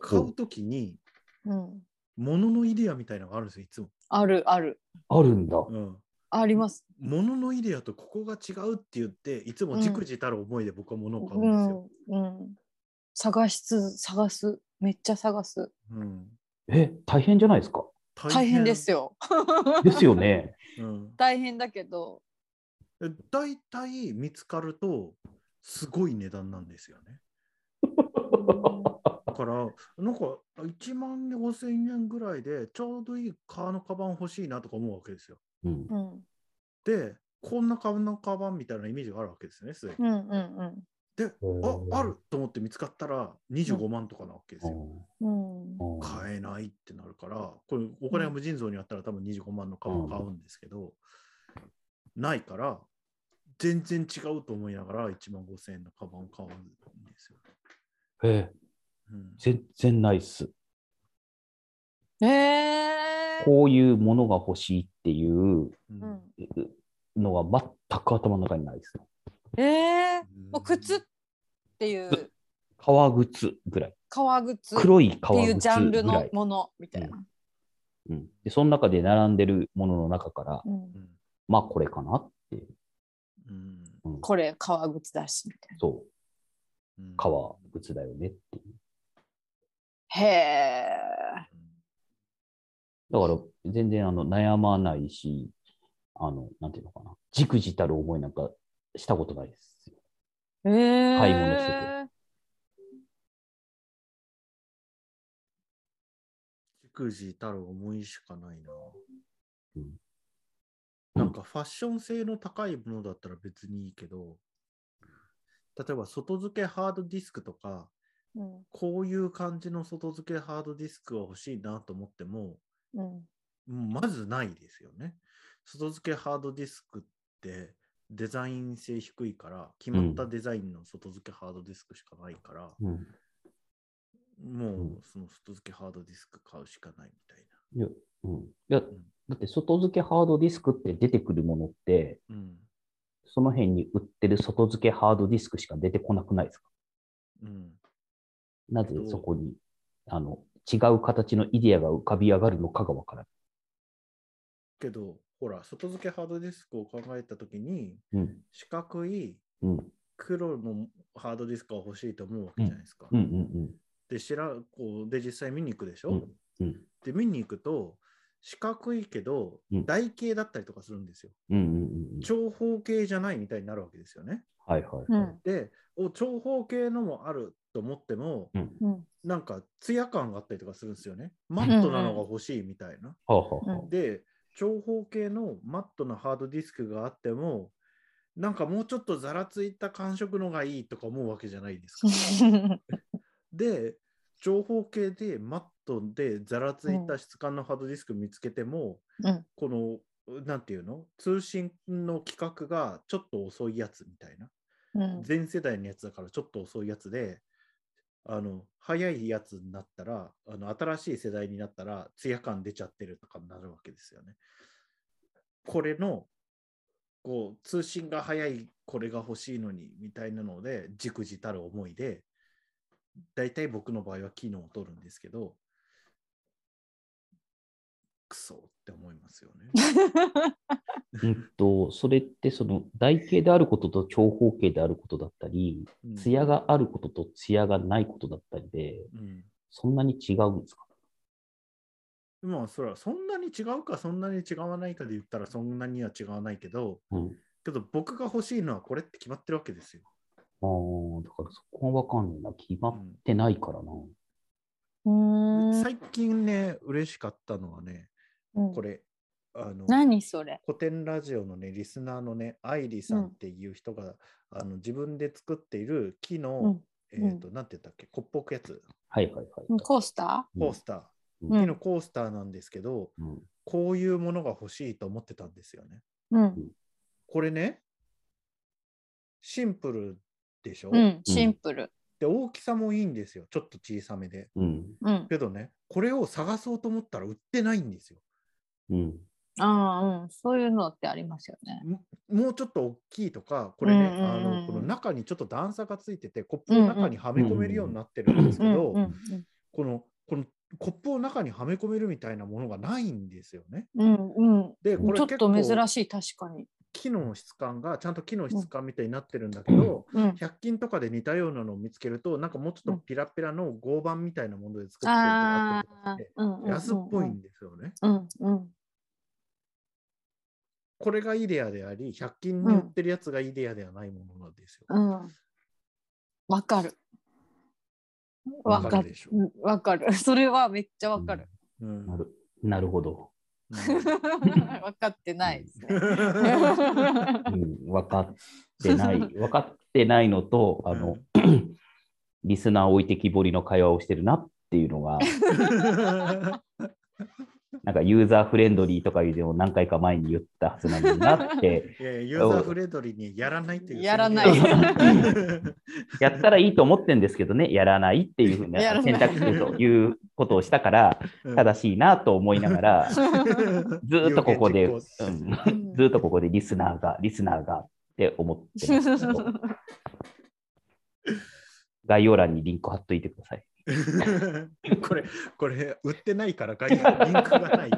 Speaker 2: 買うときに
Speaker 3: うん。
Speaker 2: 物のイデアみたいなのがあるんですよいつも。
Speaker 3: あるある。
Speaker 4: あるんだ。
Speaker 2: うん
Speaker 3: あります。
Speaker 2: 物のイデアとここが違うって言っていつもじくじたる思いで僕は物を買う
Speaker 3: うん
Speaker 2: ですよ。
Speaker 3: ん。うん。探しつ探す。めっちゃ探す。
Speaker 2: うん
Speaker 4: え、大変じゃないですか。
Speaker 3: 大変ですよ。
Speaker 4: ですよね。
Speaker 2: うん
Speaker 3: 大変だけど。
Speaker 2: え大体見つかるとすごい値段なんですよね。だからなんか1万5000円ぐらいでちょうどいい革のカバン欲しいなとか思うわけですよ。
Speaker 4: うん、
Speaker 3: うん。
Speaker 2: でこんな革のカバンみたいなイメージがあるわけですね。すでに
Speaker 3: うんうんうん。
Speaker 2: で、あ、あると思って見つかったら25万とかなわけですよ。
Speaker 3: うん。
Speaker 4: うん
Speaker 2: 買えないってなるから、これお金が無尽蔵にあったら多分25万の株を買うんですけど、ないから、全然違うと思いながら1万5000円のカバンを買うんですよ。
Speaker 4: えー
Speaker 2: うん、
Speaker 4: 全然ないっす。
Speaker 3: ええ
Speaker 4: こういうものが欲しいっていう
Speaker 2: うん
Speaker 3: うん。
Speaker 4: のは全く頭の中にないです。
Speaker 3: ええもう靴っていう
Speaker 4: 革靴ぐらい。
Speaker 3: 革靴っ
Speaker 4: 黒い
Speaker 3: て
Speaker 4: 革
Speaker 3: い
Speaker 4: 靴
Speaker 3: う
Speaker 4: ぐ
Speaker 3: ジャンル
Speaker 4: ら
Speaker 3: の
Speaker 4: い。
Speaker 3: ものみたいな。
Speaker 4: うん、でその中で並んでるものの中から、
Speaker 3: うん
Speaker 2: う。ん
Speaker 4: まあこれかなって。
Speaker 2: うん
Speaker 4: うん、
Speaker 3: これ革靴だしみたい
Speaker 4: そ
Speaker 2: う
Speaker 4: う、
Speaker 2: ん
Speaker 4: 革靴だよねっていう。
Speaker 3: な。へ
Speaker 4: だから全然あの悩まないし、あの、なんていうのかな。じくじたる思いなんかしたことないですよ。
Speaker 3: え。ええ。
Speaker 4: 買い物して
Speaker 2: じくじたる思いしかないな
Speaker 4: うん。
Speaker 2: なんかファッション性の高いものだったら別にいいけど、例えば外付けハードディスクとか、
Speaker 3: うん。
Speaker 2: こういう感じの外付けハードディスクは欲しいなと思っても、
Speaker 3: うん。
Speaker 2: うんまずないですよね。外付けハードディスクってデザイン性低いから、決まったデザインの外付けハードディスクしかないから、
Speaker 4: うん。
Speaker 2: もうその外付けハードディスク買うしかないみたい
Speaker 4: うん、いやだって外付けハードディスクって出てくるものって、
Speaker 2: な。うん。
Speaker 4: その辺に売ってる外付けハードディスクしか出てこなくないですか
Speaker 2: うん。
Speaker 4: なぜそこにあの違う形のイデアが浮かび上がるのかがわから
Speaker 2: けど、ほら、外付けハードディスクを考えたときに、
Speaker 4: ない。
Speaker 2: 四角い
Speaker 4: うん。うん。
Speaker 2: 黒のハードディスクが欲しいと思うわけじゃないですか。
Speaker 4: うんうん
Speaker 2: で、知らこうで、実際見に行くでしょ、
Speaker 4: うんうん
Speaker 2: で、見に行くと、四角いけど
Speaker 4: うん、
Speaker 2: 台形だったりとかするんですよ。
Speaker 4: うん。うんうんうん。
Speaker 2: 長方形じゃないみたいになるわけですよね。
Speaker 4: はいはい。
Speaker 3: うん。
Speaker 2: で、お長方形のもあると思っても、
Speaker 3: うん。
Speaker 2: なんかツヤ感があったりとかするんですよね。マットなのが欲しいみたいな。
Speaker 4: はあはあはあ
Speaker 3: うん
Speaker 2: で、長方形のマットなハードディスクがあっても、なんかもうちょっとざらついた感触のがいいとか思うわけじゃないです か。で、長方形でマットでざらついた質感のハードディスク見つけても、
Speaker 3: うん
Speaker 2: この、なんていうの通信の規格がちょっと遅いやつみたいな。
Speaker 3: うん。
Speaker 2: 全世代のやつだからちょっと遅いやつで、あの、早いやつになったら、あの、新しい世代になったら、ツヤ感出ちゃってるとかになるわけですよね。これの、こう、通信が早い、これが欲しいのに、みたいなので、じくじたる思いで、だいたい僕の場合は機能を取るんですけど、クソって思いますよね。
Speaker 4: うんと、それってその台形であることと長方形であることだったり、
Speaker 2: うん
Speaker 4: 艶があることと艶がないことだったりで、
Speaker 2: うん
Speaker 4: そんなに違うんですか
Speaker 2: まあそれはそんなに違うかそんなに違わないかで言ったらそんなには違わないけど、
Speaker 4: うん
Speaker 2: けど僕が欲しいのはこれって決まってるわけですよ。
Speaker 4: ああ、だからそこはわかんないな。決ま
Speaker 2: う
Speaker 4: っ
Speaker 2: ん
Speaker 4: てないからな。
Speaker 3: うん。
Speaker 2: 最近ね嬉しかったのはねこれあの
Speaker 3: 何それ。
Speaker 2: 古典ラジオのねリスナーのね愛理さんっていう人が、あの自分で作っている木の、
Speaker 3: うん
Speaker 2: えっ、となんて言ったっけコップ置くやつ
Speaker 4: はいはいはい。
Speaker 3: コースタ
Speaker 4: うん
Speaker 2: コースター、
Speaker 4: うん
Speaker 2: 木のコースターなんですけど
Speaker 4: うん
Speaker 2: こういうものが欲しいと思ってたんですよね。
Speaker 3: ー。うん。
Speaker 2: これね、シンプルでしょ、
Speaker 3: うん。シンプル。
Speaker 2: で、大きさもいいんですよ。ちょっと小さめで。
Speaker 4: うん。
Speaker 3: うん。
Speaker 2: けどね、これを探そうと思ったら売ってないんですよ。
Speaker 4: うん。
Speaker 3: ああ、うん。そういうのってありますよね。
Speaker 2: ももうちょっと大きいとか、これ
Speaker 3: う
Speaker 2: ね、
Speaker 3: んうんうんうん
Speaker 2: あのこの中にちょっと段差がついてて、コップの中にはめ込めるようになってるんですけ
Speaker 3: うん。
Speaker 2: ど、
Speaker 3: うん。
Speaker 2: この、このコップを中にはめ込めるみたいなものがないんですよね。
Speaker 3: うん。うん。
Speaker 2: で、これ
Speaker 3: ちょっ
Speaker 2: 結
Speaker 3: と
Speaker 2: 構
Speaker 3: 珍しい、確かに。
Speaker 2: 木の質感が、ちゃんと木の質感みたいになってるんだけど、
Speaker 3: うん。
Speaker 2: 100均とかで似たようなのを見つけると、なんかもうちょっとピラピラの合板みたいなもので作ってるとかあ
Speaker 3: あ
Speaker 2: ったりとか
Speaker 3: あ
Speaker 2: して、
Speaker 3: うん。
Speaker 2: 安っぽいんですよね。
Speaker 3: うん。うん。
Speaker 2: これがイデアであり、100均に売ってるやつがイデアではないものなんですよ。
Speaker 3: うん。わかる。わ
Speaker 2: わか
Speaker 3: か
Speaker 2: る
Speaker 3: る
Speaker 2: でしょ。
Speaker 3: うんわかる。それはめっちゃわかる。
Speaker 2: うん
Speaker 4: なるなるほど。
Speaker 3: 分かってないですね。
Speaker 2: うん
Speaker 4: うん、分かってない。分かってないのと、 あの、リスナー置いてきぼりの会話をしてるなっていう のが、なんかユーザーフレンドリーとかいうのを何回か前に言ったはずなのにな って、
Speaker 2: いやユーザーフレンドリーにやらないっていう。
Speaker 3: やらない
Speaker 4: やったらいいと思ってんですけどね、やらないっていうふうな
Speaker 3: やらない
Speaker 4: 選択肢ということをしたから、 正しいなと思いながら、ずーっとここで、
Speaker 2: 有
Speaker 4: う
Speaker 2: 言
Speaker 4: ん
Speaker 2: 実行
Speaker 4: ずーっとここでリスナーが、リスナーがって思ってますけど概要欄にリンク貼っといてください。
Speaker 2: これ、これ、売ってないから概要欄にリンクがない。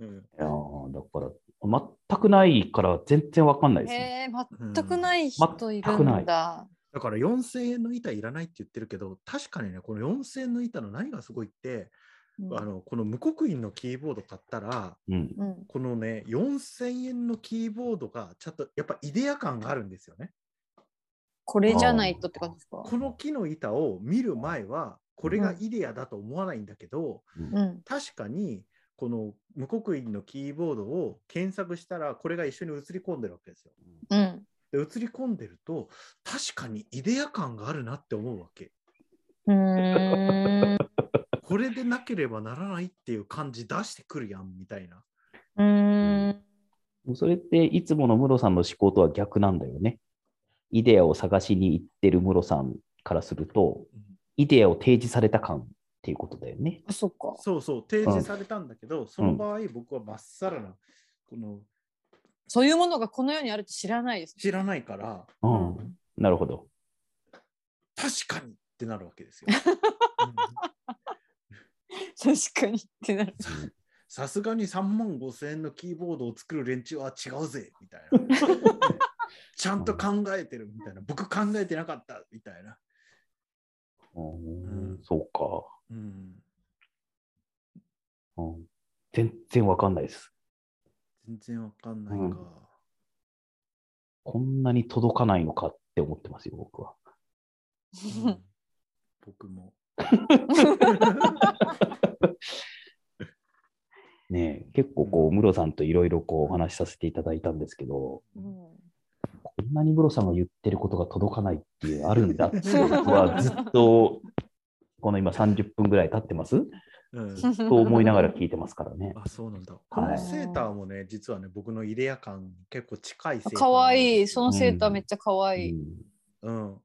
Speaker 2: うん
Speaker 4: いやーだから、全くないから全然わかんないですね。
Speaker 3: へえ全くない人いる
Speaker 4: 全
Speaker 3: ん
Speaker 4: く
Speaker 3: だ。
Speaker 2: だから4000円の板いらないって言ってるけど、確かにね、この4000円の板の何がすごいって、あのこの無刻印のキーボード買ったら、
Speaker 4: うん。
Speaker 3: うん
Speaker 2: このね、4000円のキーボードが、ちょっとやっぱイデア感があるんですよね。
Speaker 3: これじゃないとって感じですか。
Speaker 2: この木の板を見る前は、これがイデアだと思わないんだけど、
Speaker 3: うん
Speaker 2: 確かにこの無刻印のキーボードを検索したらこれが一緒に映り込んでるわけですよ。
Speaker 3: うん
Speaker 2: で映り込んでると確かにイデア感があるなって思うわけ。
Speaker 3: うーん
Speaker 2: これでなければならないっていう感じ出してくるやんみたいな。
Speaker 3: うーん
Speaker 4: それっていつものムロさんの思考とは逆なんだよね。イデアを探しに行ってるムロさんからすると、イデアを提示された感っていうことだよね。
Speaker 3: あそっか。
Speaker 2: そうそう提示されたんだけど、その場合僕はまっさらなこの
Speaker 3: そういうものがこの世にあるって知らないです。
Speaker 2: 知らないから
Speaker 4: うん。
Speaker 3: うん
Speaker 4: なるほど。
Speaker 2: 確かにってなるわけです よ。うん
Speaker 3: 確かにってなる。
Speaker 2: さすがに3万5千円のキーボードを作る連中は違うぜみたいな。 ちゃんと考えてるみたいな。僕考えてなかったみたいな。
Speaker 4: う
Speaker 2: う
Speaker 4: ん
Speaker 2: ん
Speaker 4: そうか、
Speaker 2: うん、
Speaker 4: うん全然わかんないです。
Speaker 2: 全然わかんないか。
Speaker 4: こんなに届かないのかって思ってますよ、僕は。
Speaker 2: うん僕 も。
Speaker 4: ねえ結構こう、ムロさんといろいろこうお話しさせていただいたんですけど、
Speaker 3: うん
Speaker 4: こんなにムロさんが言ってることが届かないっていうあるんだっていうのはずっと、この今30分ぐらい経ってます
Speaker 2: うん、
Speaker 4: と思いながら聞いてますからね。
Speaker 2: あ、そうなんだ。このセーターもね、実はね、僕のイデア感に結構近いセーターなんですよ。
Speaker 3: かわいい。そのセーターめっちゃかわ
Speaker 4: う
Speaker 3: いい。
Speaker 4: ん、
Speaker 2: うん。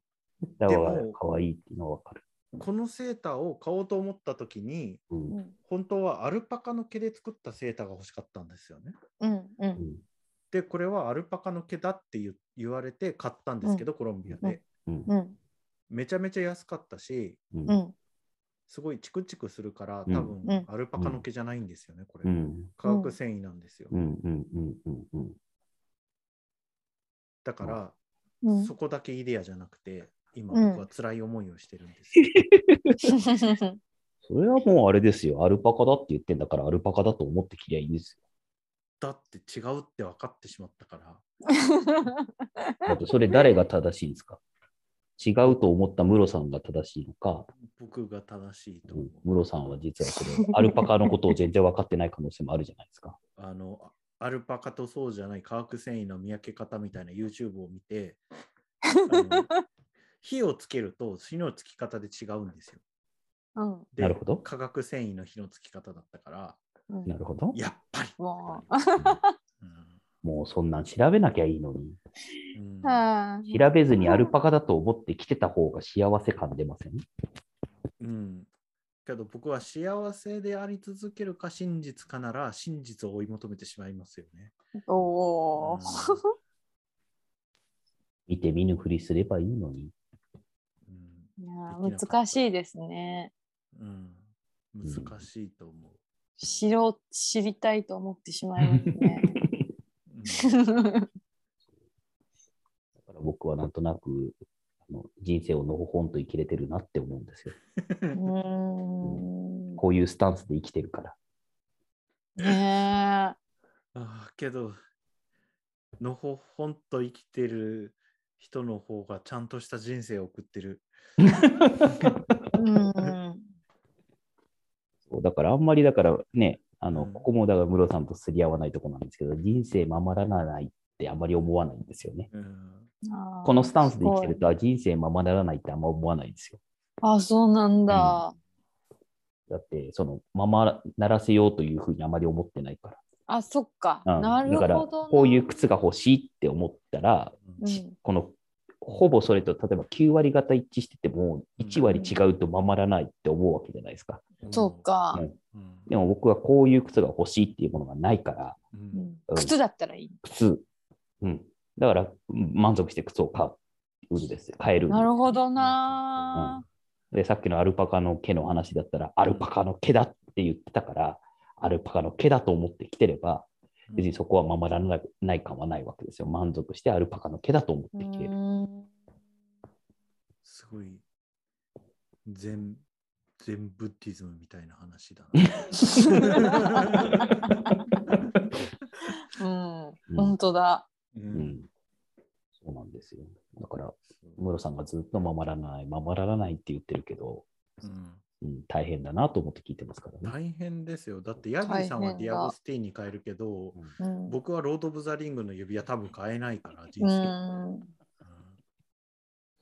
Speaker 4: だか
Speaker 2: で
Speaker 4: ら
Speaker 2: も
Speaker 4: 可愛いっていうのはわかる。
Speaker 2: このセーターを買おうと思った時に、
Speaker 4: う
Speaker 3: うんん
Speaker 2: 本当はアルパカの毛で作ったセーターが欲しかったんですよね。
Speaker 3: うんうん
Speaker 2: で、これはアルパカの毛だって言う言われて買ったんですけど、コロンビアで。
Speaker 4: うん
Speaker 3: うん
Speaker 2: めちゃめちゃ安かったし、
Speaker 4: うん
Speaker 3: うん
Speaker 2: すごいチクチクするから、
Speaker 4: うん
Speaker 2: 多分、
Speaker 3: うん
Speaker 2: アルパカの毛じゃないんですよね、これ。
Speaker 4: うん
Speaker 2: 化学繊維なんですよ。
Speaker 4: うんうんうんうんうん
Speaker 2: だから、
Speaker 3: うん
Speaker 2: そこだけイデアじゃなくて、今
Speaker 3: うん
Speaker 2: 僕は辛い思いをしてるんですよ。
Speaker 4: それはもうあれですよ。アルパカだって言ってんだから、アルパカだと思ってきりゃいいんです
Speaker 2: だって違うって分かってしまったから。
Speaker 4: よ。だってそれ誰が正しいんですか違うと思ったムロさんが正しいのか、
Speaker 2: 僕が正しいと
Speaker 4: う
Speaker 2: 思
Speaker 4: ん
Speaker 2: う。
Speaker 4: ムロさんは実はそれ、 アルパカのことを全然分かってない可能性もあるじゃないですか。
Speaker 2: あのアルパカとそうじゃない化学繊維の見分け方みたいな YouTube を見て、あ の火をつけると火のつき方で違うんですよ。
Speaker 3: うん
Speaker 2: で
Speaker 4: なるほど
Speaker 2: 化学繊維の火のつき方だったから、
Speaker 3: うん
Speaker 4: なるほど。
Speaker 2: やっぱり。
Speaker 3: も
Speaker 2: うん
Speaker 4: もうそんなん調べなきゃいいのに、
Speaker 2: うん
Speaker 3: う、はあ
Speaker 4: 調べずにアルパカだと思って来てた方が幸せ感出ません
Speaker 2: うん。けど僕は幸せであり続けるか真実かなら真実を追い求めてしまいますよね。
Speaker 3: おお。
Speaker 4: 見て見ぬふりすればいいのに。
Speaker 2: うん
Speaker 3: いやー難しいですね。
Speaker 2: うんうん
Speaker 4: うん
Speaker 2: 難しいと思う。
Speaker 3: 知ろう知りたいと思ってしまいますね。
Speaker 2: うん
Speaker 4: だから僕はなんとなくあの人生をのほほんと生きれてるなって思うんですよ。
Speaker 3: うーん。
Speaker 4: こういうスタンスで生きてるから。
Speaker 3: ね
Speaker 2: ああけど、のほほんと生きてる人の方がちゃんとした人生を送ってる。
Speaker 3: え。うん。
Speaker 4: そうだからあんまりだからね、あの
Speaker 2: うん
Speaker 4: ここもだから室さんとすり合わないとこなんですけど、人生守らないってあまり思わないんですよね。
Speaker 2: うん
Speaker 4: このスタンスで生きてると、あ人生ままならないってあんま思わないんですよ。
Speaker 3: あ、そうなんだ。
Speaker 4: だって、その、ままならせようというふうにあまり思ってないか
Speaker 3: あ、そっか。
Speaker 4: ら。うん
Speaker 3: なるほ
Speaker 4: だから、
Speaker 3: どな。
Speaker 4: こういう靴が欲しいって思ったら、
Speaker 3: うん
Speaker 4: この、ほぼそれと、例えば9割方一致してても、1割違うとままならないって思うわけじゃないですか。
Speaker 3: そう。か。
Speaker 2: うん
Speaker 4: でも僕はこういう靴が欲しいっていうものがないから、
Speaker 2: う
Speaker 3: うんん靴だったらいい。
Speaker 4: 靴、うん。だから、うん満足して靴を買うんです。買えるんです
Speaker 3: なるほどな。
Speaker 4: で、さっきのアルパカの毛の話だったら、アルパカの毛だって言ってたから、アルパカの毛だと思ってきてれば、別にそこは守らなない感はないわけですよ。満足してアルパカの毛だと思っ
Speaker 3: う
Speaker 4: てきてる。
Speaker 3: ん
Speaker 2: すごい全全ブッディズムみたいな話だ な。
Speaker 3: うん、本当だ。
Speaker 2: う
Speaker 4: うんん、そうなんですよ。だから、ムロさんがずっと守らない、守らないって言ってるけど、
Speaker 2: うん
Speaker 4: うん、大変だなと思って聞いてますからね。
Speaker 2: 大変ですよ。だってヤギーさん
Speaker 3: 大変
Speaker 2: は
Speaker 3: だ
Speaker 2: ディアゴスティーニ買えるけど、
Speaker 3: うん。
Speaker 2: 僕はロード・オブ・ザ・リングの指輪多分買えないから、人
Speaker 3: う
Speaker 2: 生。
Speaker 3: ん
Speaker 2: うん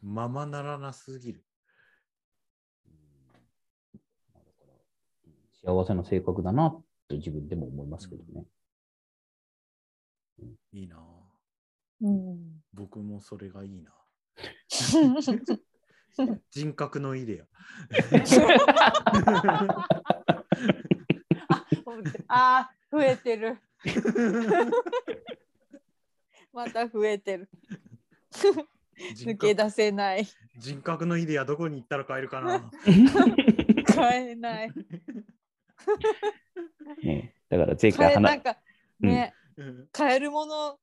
Speaker 2: ままならなすぎる。
Speaker 4: 幸せな性格だなと自分でも思いますけどね。
Speaker 2: いいなぁ。
Speaker 3: うん。
Speaker 2: 僕もそれがい いな。人格のいいで よ。
Speaker 3: あー、増えてる。また増えてる。
Speaker 2: 人
Speaker 3: 抜け
Speaker 2: 格
Speaker 3: 出せない。
Speaker 2: 人格のいいでやどこに行ったら買えるかな。
Speaker 3: 買えない。
Speaker 4: ねだから前
Speaker 3: 買
Speaker 4: 回
Speaker 3: え
Speaker 4: 話
Speaker 3: なんか
Speaker 4: うん
Speaker 3: ね、
Speaker 2: うん
Speaker 3: 買えるもの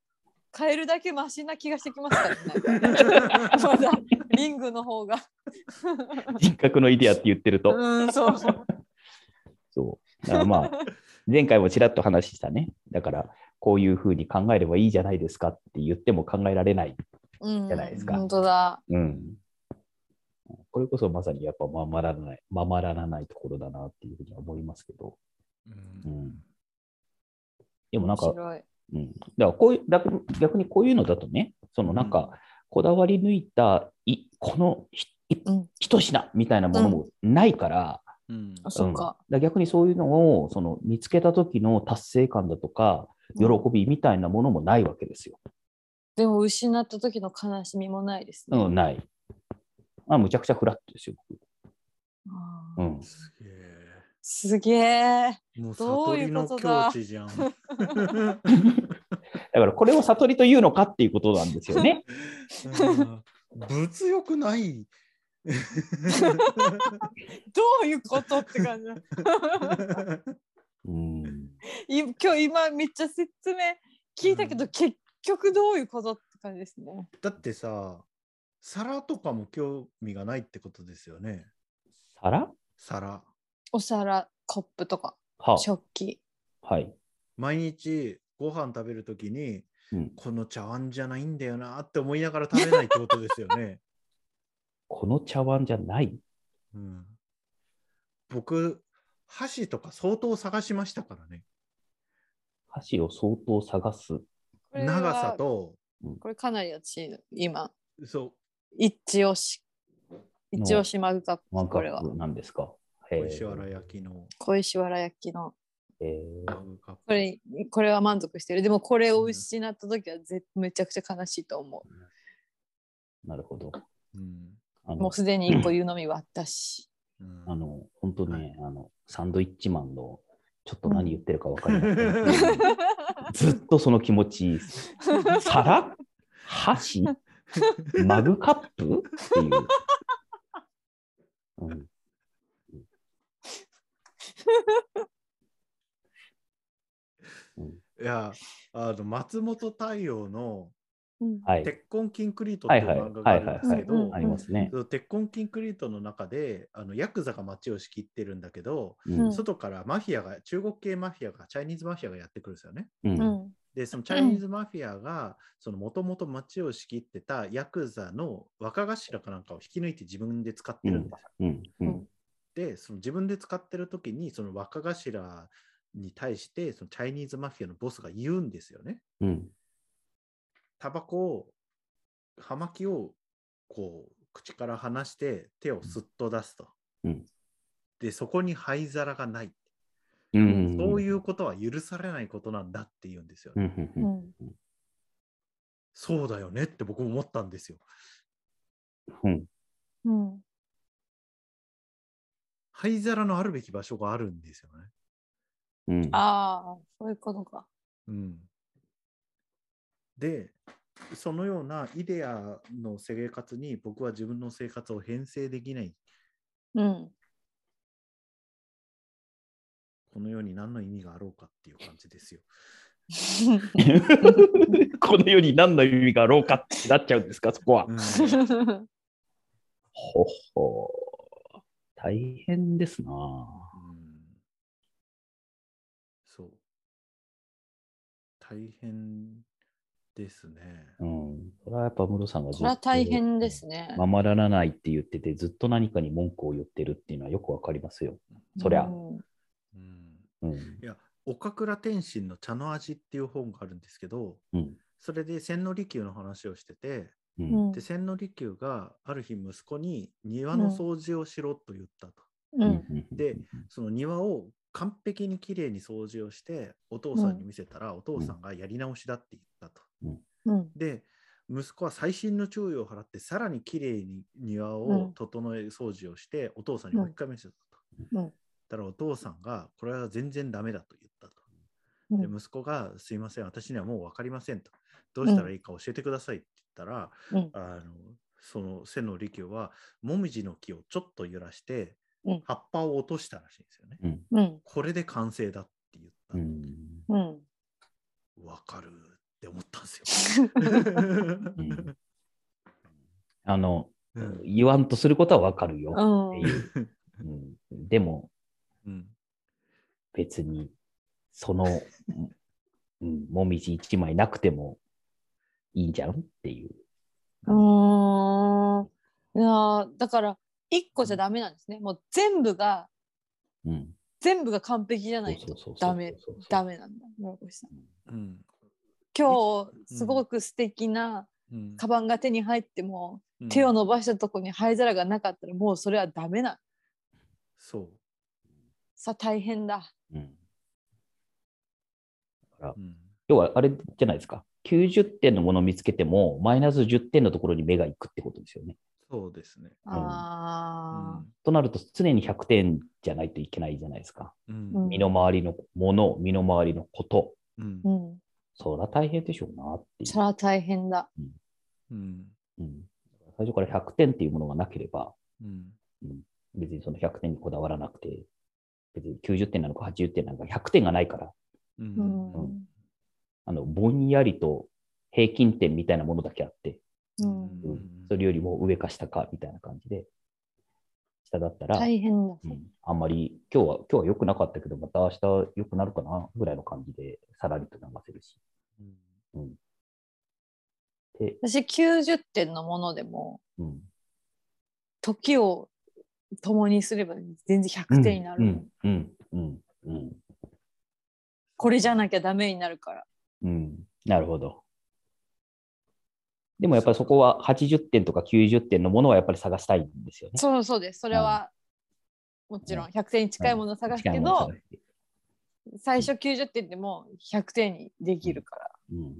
Speaker 3: 買えるだけマシな気がしてきますからね。まだリングの方が。
Speaker 4: 人格のイデアって言ってると、
Speaker 3: うん、そうそう。
Speaker 4: そう。だからまあ、前回もちらっと話したね。だから、こういうふうに考えればいいじゃないですかって言っても考えられない。
Speaker 3: うん、
Speaker 4: じゃないですか
Speaker 3: 本当だ。
Speaker 4: うん。これこそまさにやっぱ守らない、守らないところだなっていうふうには思いますけど。うんでもなんか
Speaker 3: 面、白い。
Speaker 4: うん、だからこういう逆逆にこういうのだとね、そのなんか、こだわり抜いたい、このひい
Speaker 3: うん
Speaker 4: 一品みたいなものもないから、
Speaker 2: うん
Speaker 3: あ、そうか。
Speaker 4: うんだら逆にそういうのをその見つけた時の達成感だとか、喜びみたいなものもないわけですよ。
Speaker 3: でも失った時の悲しみもないですね。
Speaker 4: うん、ない。まあ、むちゃくちゃフラットですよ、
Speaker 3: あ
Speaker 4: う
Speaker 3: ー
Speaker 4: ん。
Speaker 2: すげえ。
Speaker 3: すげえ。
Speaker 2: も
Speaker 3: ど
Speaker 2: う悟
Speaker 3: うい
Speaker 2: り
Speaker 3: う
Speaker 2: の
Speaker 3: ことだ
Speaker 2: 境地じゃん。
Speaker 4: だからこれを悟りというのかっていうことなんです よね。
Speaker 2: うん物欲ない。
Speaker 3: どういうことって感じ。
Speaker 4: うん
Speaker 3: い今日今めっちゃ説明聞いたけど、
Speaker 2: う
Speaker 3: 結局どういうことって感じですね。
Speaker 2: だってさ、皿とかも興味がないってことですよね。
Speaker 4: 皿
Speaker 2: 皿。
Speaker 3: お皿、コップとか
Speaker 4: は
Speaker 3: 食器。
Speaker 4: はい。
Speaker 2: 毎日ご飯食べるときに、
Speaker 4: うん
Speaker 2: この茶碗じゃないんだよなって思いながら食べないってことですよ ね。
Speaker 4: この茶碗じゃない。
Speaker 2: うん、僕、箸とか相当探しましたからね。
Speaker 4: 箸を相当探す。
Speaker 3: これは
Speaker 2: 長さ。と、
Speaker 3: これかなり私今
Speaker 2: そ
Speaker 3: 一押し一押しマグカッ
Speaker 4: ワン
Speaker 3: プ
Speaker 4: カ
Speaker 3: これは
Speaker 4: ップなんですか。
Speaker 2: う、
Speaker 4: へー
Speaker 2: 小石原焼きの
Speaker 3: 小石原焼きの
Speaker 4: え
Speaker 2: マ
Speaker 4: ー
Speaker 2: グカップ。
Speaker 3: これこれは満足してるでもこれを失った時はぜめちゃくちゃ悲しいと思
Speaker 4: なるほど。
Speaker 2: うん
Speaker 4: あ
Speaker 3: うも
Speaker 4: の
Speaker 3: う、すでに一個湯飲み割ったし
Speaker 2: うん
Speaker 4: あの本当
Speaker 2: は
Speaker 4: ね、あの、サンドイッチマンの、ちょっと何言ってるか分かりません。ずっとその気持ちいいです。皿箸マグカップっていう。うん
Speaker 2: いやあの松本太陽の
Speaker 3: うん
Speaker 2: 「
Speaker 4: はい。
Speaker 2: 鉄痕キンクリート」っ
Speaker 4: は
Speaker 2: てい
Speaker 4: いうはい
Speaker 2: 漫画があるんですけ
Speaker 3: はいはいはい
Speaker 2: ど
Speaker 4: ありますね
Speaker 2: そ。の鉄痕キンクリートの中であのヤクザが街を仕切ってるんだけど
Speaker 4: うん
Speaker 2: 外からマフィアが中国系マフィアがチャイニーズマフィアがやってくるんですよね。
Speaker 4: う。
Speaker 3: うんん
Speaker 2: でそのチャイニーズマフィアがもともと街を仕切ってたヤクザの若頭かなんかを引き抜いて自分で使ってるんですよ
Speaker 4: うん。うん。
Speaker 2: でその自分で使ってる時にその若頭に対してそのチャイニーズマフィアのボスが言うんですよね。
Speaker 4: うん。
Speaker 2: タバコを、葉巻をこう口から離して手をすっと出すと。
Speaker 4: うん
Speaker 2: で、そこに灰皿がない。
Speaker 4: うん
Speaker 2: そういうことは許されないことなんだって言うんですよね。
Speaker 4: うんうん
Speaker 3: う
Speaker 4: うん
Speaker 3: ん
Speaker 2: そうだよねって僕思ったんですよ。
Speaker 4: うん
Speaker 3: うん
Speaker 2: 灰皿のあるべき場所があるんですよね。
Speaker 4: うん
Speaker 3: ああそういうことか。
Speaker 2: うん、でそのようなイデアの生活に僕は自分の生活を編成できない
Speaker 3: うん
Speaker 2: この世に何の意味があろうかっていう感じですよ。
Speaker 4: この世に何の意味があろうかってなっちゃうんですか、そこは。
Speaker 2: うん
Speaker 4: ほほ大変ですな。
Speaker 2: うんそう。大変ですね。
Speaker 4: うん。それはやっぱムロさんが
Speaker 3: そ
Speaker 4: ずっと
Speaker 3: れは大変ですね。
Speaker 4: 守らないって言ってて、ずっと何かに文句を言ってるっていうのはよくわかりますよ。そりゃ
Speaker 3: うん
Speaker 2: うん、
Speaker 4: うん
Speaker 2: い。や岡倉天心の「茶の味」っていう本があるんですけど、
Speaker 4: うん
Speaker 2: それで千利休の話をしてて、
Speaker 3: う
Speaker 4: う。
Speaker 3: んん
Speaker 2: で千利休がある日息子に庭の掃除をしろと言ったと、
Speaker 3: う
Speaker 4: うんん
Speaker 2: でその庭を完璧にきれいに掃除をしてお父さんに見せたら、お父さんがやり直しだって言ったと
Speaker 3: うん
Speaker 2: で息子は細心の注意を払ってさらにきれいに庭
Speaker 3: う
Speaker 2: を
Speaker 3: ん
Speaker 2: 整え掃除をして、お父さんにもう一回見せたと、
Speaker 3: う
Speaker 2: だ
Speaker 3: ん
Speaker 2: からお父さんがこれは全然ダメだと言ったと
Speaker 3: うん
Speaker 2: で息子が「すいません私にはもう分かりません」と「どうしたらいいか教えてください」って言ったら、
Speaker 3: うん
Speaker 2: あのその背の利休はもみじの木をちょっと揺らして、
Speaker 3: うん
Speaker 2: 葉っぱを落としたらしいんですよね。
Speaker 4: うん
Speaker 3: うん
Speaker 2: これで完成だって言った
Speaker 4: うん
Speaker 2: で
Speaker 4: ん
Speaker 3: うん
Speaker 2: わかるって思ったんですよ。
Speaker 4: んあ
Speaker 2: う
Speaker 4: の、
Speaker 2: ん
Speaker 4: 言わんとすることはわかるよ
Speaker 3: うん
Speaker 4: っていう。うんでも、
Speaker 2: うん
Speaker 4: 別に、その、うん、もみじ一枚なくてもいいんじゃんっていう。
Speaker 3: うーんいやーだから一個じゃダメなんですね。もう全部が
Speaker 4: うん。
Speaker 3: 全部が完璧じゃない
Speaker 4: そう
Speaker 3: と
Speaker 4: そうそうそう
Speaker 3: ダメ
Speaker 4: そうそう
Speaker 3: ダメなんだ村越さん。
Speaker 2: うん
Speaker 3: 今
Speaker 2: う
Speaker 3: 日
Speaker 2: ん
Speaker 3: すごく素敵な
Speaker 2: うん
Speaker 3: カバンが手に入っても、手を伸ばしたとこに灰皿がなかったらもうそれはダメな
Speaker 2: そ
Speaker 3: さ大変だ。
Speaker 4: うん
Speaker 2: う、うん
Speaker 4: 要はあれじゃないですか。90点のものを見つけても、マイナス10点のところに目が行くってことですよね。
Speaker 2: そうですね。
Speaker 3: あ
Speaker 4: となると、常に100点じゃないといけないじゃないですか。
Speaker 2: うん
Speaker 3: うん
Speaker 4: 身の回りのもの、身の回りのこと、
Speaker 2: うん
Speaker 3: ーうん、
Speaker 4: そりゃ大変でしょうなってい
Speaker 3: それは大変だ。
Speaker 2: うん
Speaker 4: う。うん、最初から100点っていうものがなければ、
Speaker 2: うん
Speaker 4: 別にその100点にこだわらなくて、別に90点なのか80点なのか100点がないから、
Speaker 3: う
Speaker 2: う
Speaker 3: んん
Speaker 2: うん
Speaker 4: あのぼんやりと平均点みたいなものだけあって、
Speaker 3: うん
Speaker 4: うんそれよりも上か下かみたいな感じで、下だったら、
Speaker 3: 大変だ。
Speaker 4: うん、あんまり今日は今日は良くなかったけど、また明日良くなるかなぐらいの感じでさらりと流せるし。
Speaker 2: うん
Speaker 4: で、
Speaker 3: 私90点のものでも
Speaker 4: うん、
Speaker 3: 時を共にすれば全然100点になる、
Speaker 4: うんうんうんうん
Speaker 3: これじゃなきゃダメになるから。
Speaker 4: うん、なるほど。でもやっぱりそこは80点とか90点のものはやっぱり探したいんですよね。
Speaker 3: そうそうです。それはもちろん100点に近いものを探すけ
Speaker 4: 近いもの
Speaker 3: ど
Speaker 4: を探、して
Speaker 3: 最初90点でも100点にできるから
Speaker 4: うん、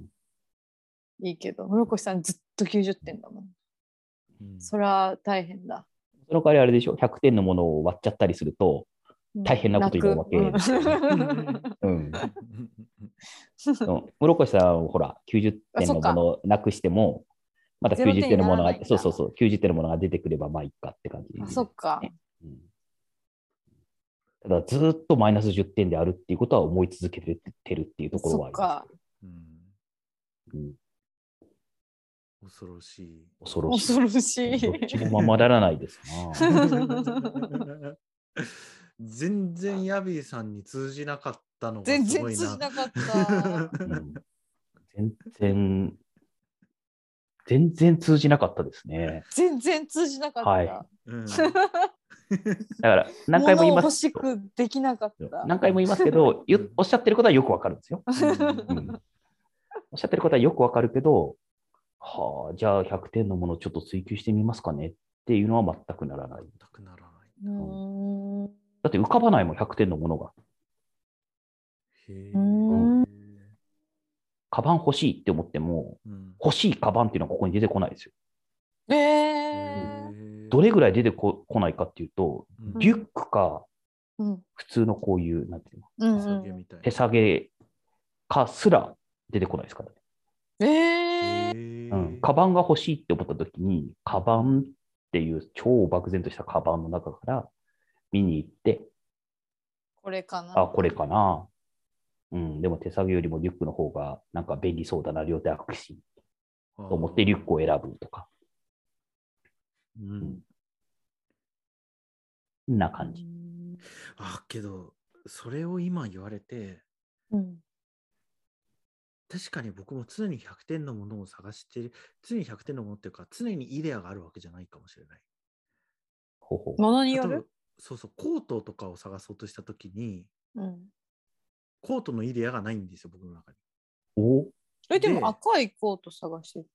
Speaker 3: いいけど、室越さんずっと90点だもん。
Speaker 2: うん
Speaker 3: それは大変だ。
Speaker 4: その代わりあれでしょ、100点のものを割っちゃったりすると、
Speaker 3: うん
Speaker 4: 大変なことになるわけ
Speaker 3: 泣く
Speaker 4: うん、
Speaker 2: うん
Speaker 4: うん室越さんはほら、90点のものをなくしても、また
Speaker 3: ゼロ点
Speaker 4: 90点のもの
Speaker 3: にならない
Speaker 4: が
Speaker 3: ん、だ
Speaker 4: そうそうそう、90点のものが出てくればまあいいかって感じ
Speaker 3: う
Speaker 4: で
Speaker 3: んあ
Speaker 4: す
Speaker 3: そっか。
Speaker 4: うんただ、ずーっとマイナス10点であるっていうことは思い続けてるっていうところは
Speaker 3: そ
Speaker 4: あ
Speaker 3: っか。
Speaker 4: りま
Speaker 2: うん
Speaker 4: すうん
Speaker 2: 恐ろしい。
Speaker 4: 恐ろしい。
Speaker 3: 恐ろしい。
Speaker 4: どっちもままならないです な。
Speaker 2: 全然ヤビーさんに通じなかったのが
Speaker 3: 全
Speaker 2: すご
Speaker 3: 然
Speaker 2: い
Speaker 3: 通じな
Speaker 2: な。
Speaker 3: かった。
Speaker 4: うん全然、全然通じなかったですね。
Speaker 3: 全然通じなかった。
Speaker 4: はい
Speaker 2: うん
Speaker 4: だから、何回も言い
Speaker 3: 物を
Speaker 4: ま
Speaker 3: 欲
Speaker 4: すけ
Speaker 3: し
Speaker 4: ど。
Speaker 3: くできなかった。
Speaker 4: 何回も言いますけど、言
Speaker 2: うん
Speaker 4: おっしゃってることはよくわかるんですよ。
Speaker 2: うん
Speaker 4: うんおっしゃってることはよくわかるけど、はあ、じゃあ100点のものをちょっと追求してみますかねっていうのは全くならない。
Speaker 2: 全くならない。
Speaker 3: うーん。う
Speaker 4: だって浮かばないもん、100点のものが。
Speaker 2: へえ。
Speaker 3: ーん。
Speaker 4: カバン欲しいって思っても、
Speaker 2: うん
Speaker 4: 欲しいカバンっていうのはここに出てこないですよ。
Speaker 3: え
Speaker 2: へ
Speaker 3: え。
Speaker 2: え
Speaker 4: どれぐらい出てここないかっていうと、
Speaker 2: うん
Speaker 4: リュックか、
Speaker 3: うん。
Speaker 4: 普通のこういう、なんていうの、
Speaker 3: う
Speaker 2: 手提げ
Speaker 3: ん。
Speaker 2: みたいな
Speaker 4: 手下げかすら出てこないですからね。
Speaker 3: ええ。
Speaker 2: へえ
Speaker 4: うん、カバンが欲しいって思った時に、カバンっていう超漠然としたカバンの中から見に行って、
Speaker 3: これかな。
Speaker 4: あ、これかな。うん、でも手作業よりもリュックの方がなんか便利そうだな、両手握手しと思ってリュックを選ぶとか、
Speaker 2: うん
Speaker 4: そんな感じ。
Speaker 2: あけどそれを今言われて
Speaker 3: うん。
Speaker 2: 確かに僕も常に100点のものを探してる常に100点のものっていうか常にイデアがあるわけじゃないかもしれない。
Speaker 4: ほうほう
Speaker 3: ものによ
Speaker 2: 例えば
Speaker 3: る。
Speaker 2: そうそうコートとかを探そうとした時に
Speaker 3: うん。
Speaker 2: コートのイデアがないんですよ僕の中に。
Speaker 4: お
Speaker 3: え、で
Speaker 2: で
Speaker 3: も赤いコート探してる。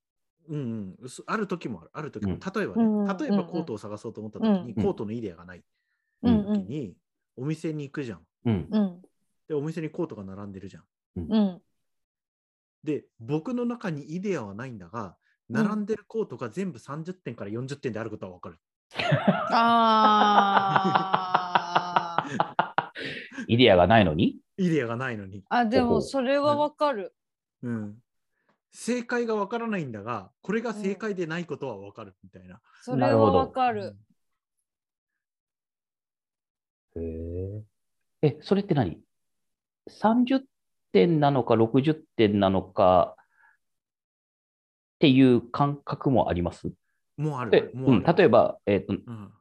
Speaker 2: うんうん、そある時もあるある時も、
Speaker 4: うん
Speaker 2: 例えばね、
Speaker 3: うんうんうん
Speaker 2: 例えばコートを探そうと思った時に、
Speaker 4: うん
Speaker 2: コートのイデアがない
Speaker 4: うん
Speaker 2: 時に、お店に行くじゃん
Speaker 4: うん、
Speaker 3: うん。
Speaker 2: でお店にコートが並んでるじゃん
Speaker 3: うん。
Speaker 2: で僕の中にイデアはないんだが並んでるコートが全部30点から40点であることは分かる、
Speaker 3: ああ。
Speaker 4: イデアがないのに
Speaker 2: イデアがないのに、
Speaker 3: あ、でも、それはわかる。
Speaker 2: うん、正解が分からないんだがこれが正解でないことは分かるみたいな、
Speaker 3: それはわかる。
Speaker 4: へえ。え、それって何 ?30 点なのか60点なのかっていう感覚もあります
Speaker 2: もうあ
Speaker 4: え
Speaker 2: る、も
Speaker 4: う、
Speaker 2: うんある
Speaker 4: 例えば、えっ、と、
Speaker 2: うん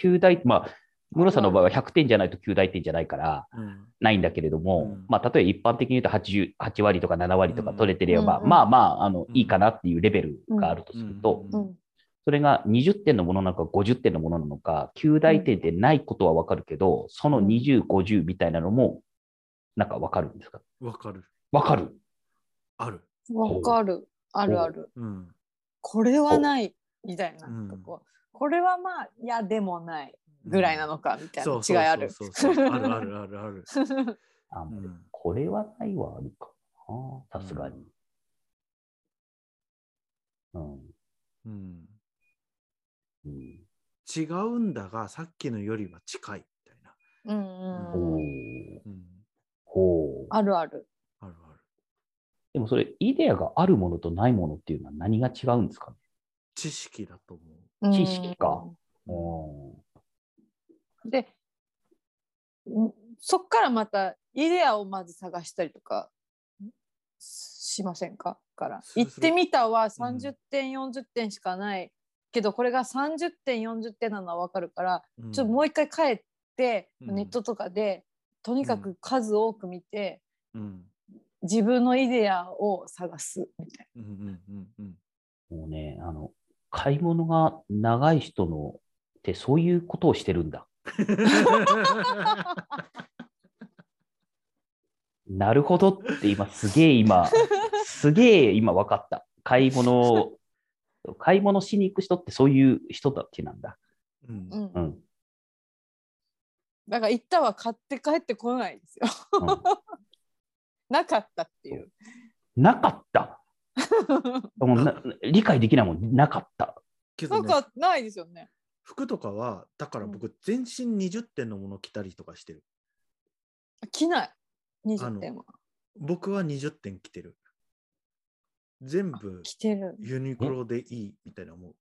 Speaker 4: 9大、まあ、室さんの場合は100点じゃないと9大点じゃないから、
Speaker 2: うん
Speaker 4: ないんだけれども、
Speaker 2: うん
Speaker 4: まあ、例えば一般的に言うと80 8割とか7割とか取れてれば、
Speaker 3: うんうん
Speaker 4: まあまあ、あの、
Speaker 2: うん
Speaker 4: いいかなっていうレベルがあるとすると、
Speaker 2: うん
Speaker 3: うん。
Speaker 4: それが20点のものなのか50点のものなのか、9大点でないことはわかるけど、その20、50みたいなのも、なんかわかるんですか
Speaker 2: 分かる
Speaker 4: わかる
Speaker 2: ある、
Speaker 3: わかる。あるある。
Speaker 2: うん
Speaker 3: これはない。みたいな。
Speaker 2: うん
Speaker 3: とここれはまあ、いや、でもない。ぐらいなのかみたい
Speaker 2: そ
Speaker 3: な
Speaker 2: う
Speaker 3: 違いある。
Speaker 2: そうそ うそうあるあるあるある。
Speaker 4: あ
Speaker 2: う、ん
Speaker 4: これはないはあるかな、さすがに。うん。
Speaker 2: うん
Speaker 4: うん
Speaker 2: 違うんだがさっきのよりは近いみたいな。
Speaker 3: うん
Speaker 4: お
Speaker 3: うん
Speaker 4: お
Speaker 3: うん。
Speaker 2: うん、
Speaker 4: ほう。
Speaker 3: あるある。
Speaker 2: あるある。
Speaker 4: でもそれ、イデアがあるものとないものっていうのは何が違うんですかね
Speaker 2: 知識だと思う。
Speaker 4: 知識か
Speaker 3: うん。
Speaker 4: お
Speaker 3: で、んそっからまたイデアをまず探したりとかんしませんかから
Speaker 2: する
Speaker 3: 行ってみたは
Speaker 2: るうん
Speaker 3: 30点、40点しかないけどこれが30点40点なのは分かるから
Speaker 2: うん
Speaker 3: ちょっともう一回帰って、
Speaker 2: うん
Speaker 3: ネットとかでとにかく数多く見て、
Speaker 2: うん
Speaker 3: 自分のイデアを探すみたい
Speaker 2: うんうんうんうん
Speaker 4: ーもうね、あの、買い物が長い人のってそういうことをしてるんだ。なるほどって今すげえ今、すげえ今分かった。買い物を、買い物しに行く人ってそういう人たちなんだ。
Speaker 2: うん
Speaker 3: な、うん
Speaker 4: うん。うん
Speaker 3: だから行ったは買って帰ってこないですよ なかったっていう。
Speaker 4: なかった。もうな理解できないもん、なかった。
Speaker 2: け
Speaker 3: な
Speaker 2: ど
Speaker 3: ん
Speaker 2: ね、
Speaker 3: かないですよね。
Speaker 2: 服とかはだから僕全身20点のもの着たりとかしてる。
Speaker 3: 着ない。
Speaker 2: あ
Speaker 3: 20
Speaker 2: の
Speaker 3: 点は。
Speaker 2: 僕は20点着てる。全部
Speaker 3: 着てる。
Speaker 2: ユニクロでいいみたいな思う。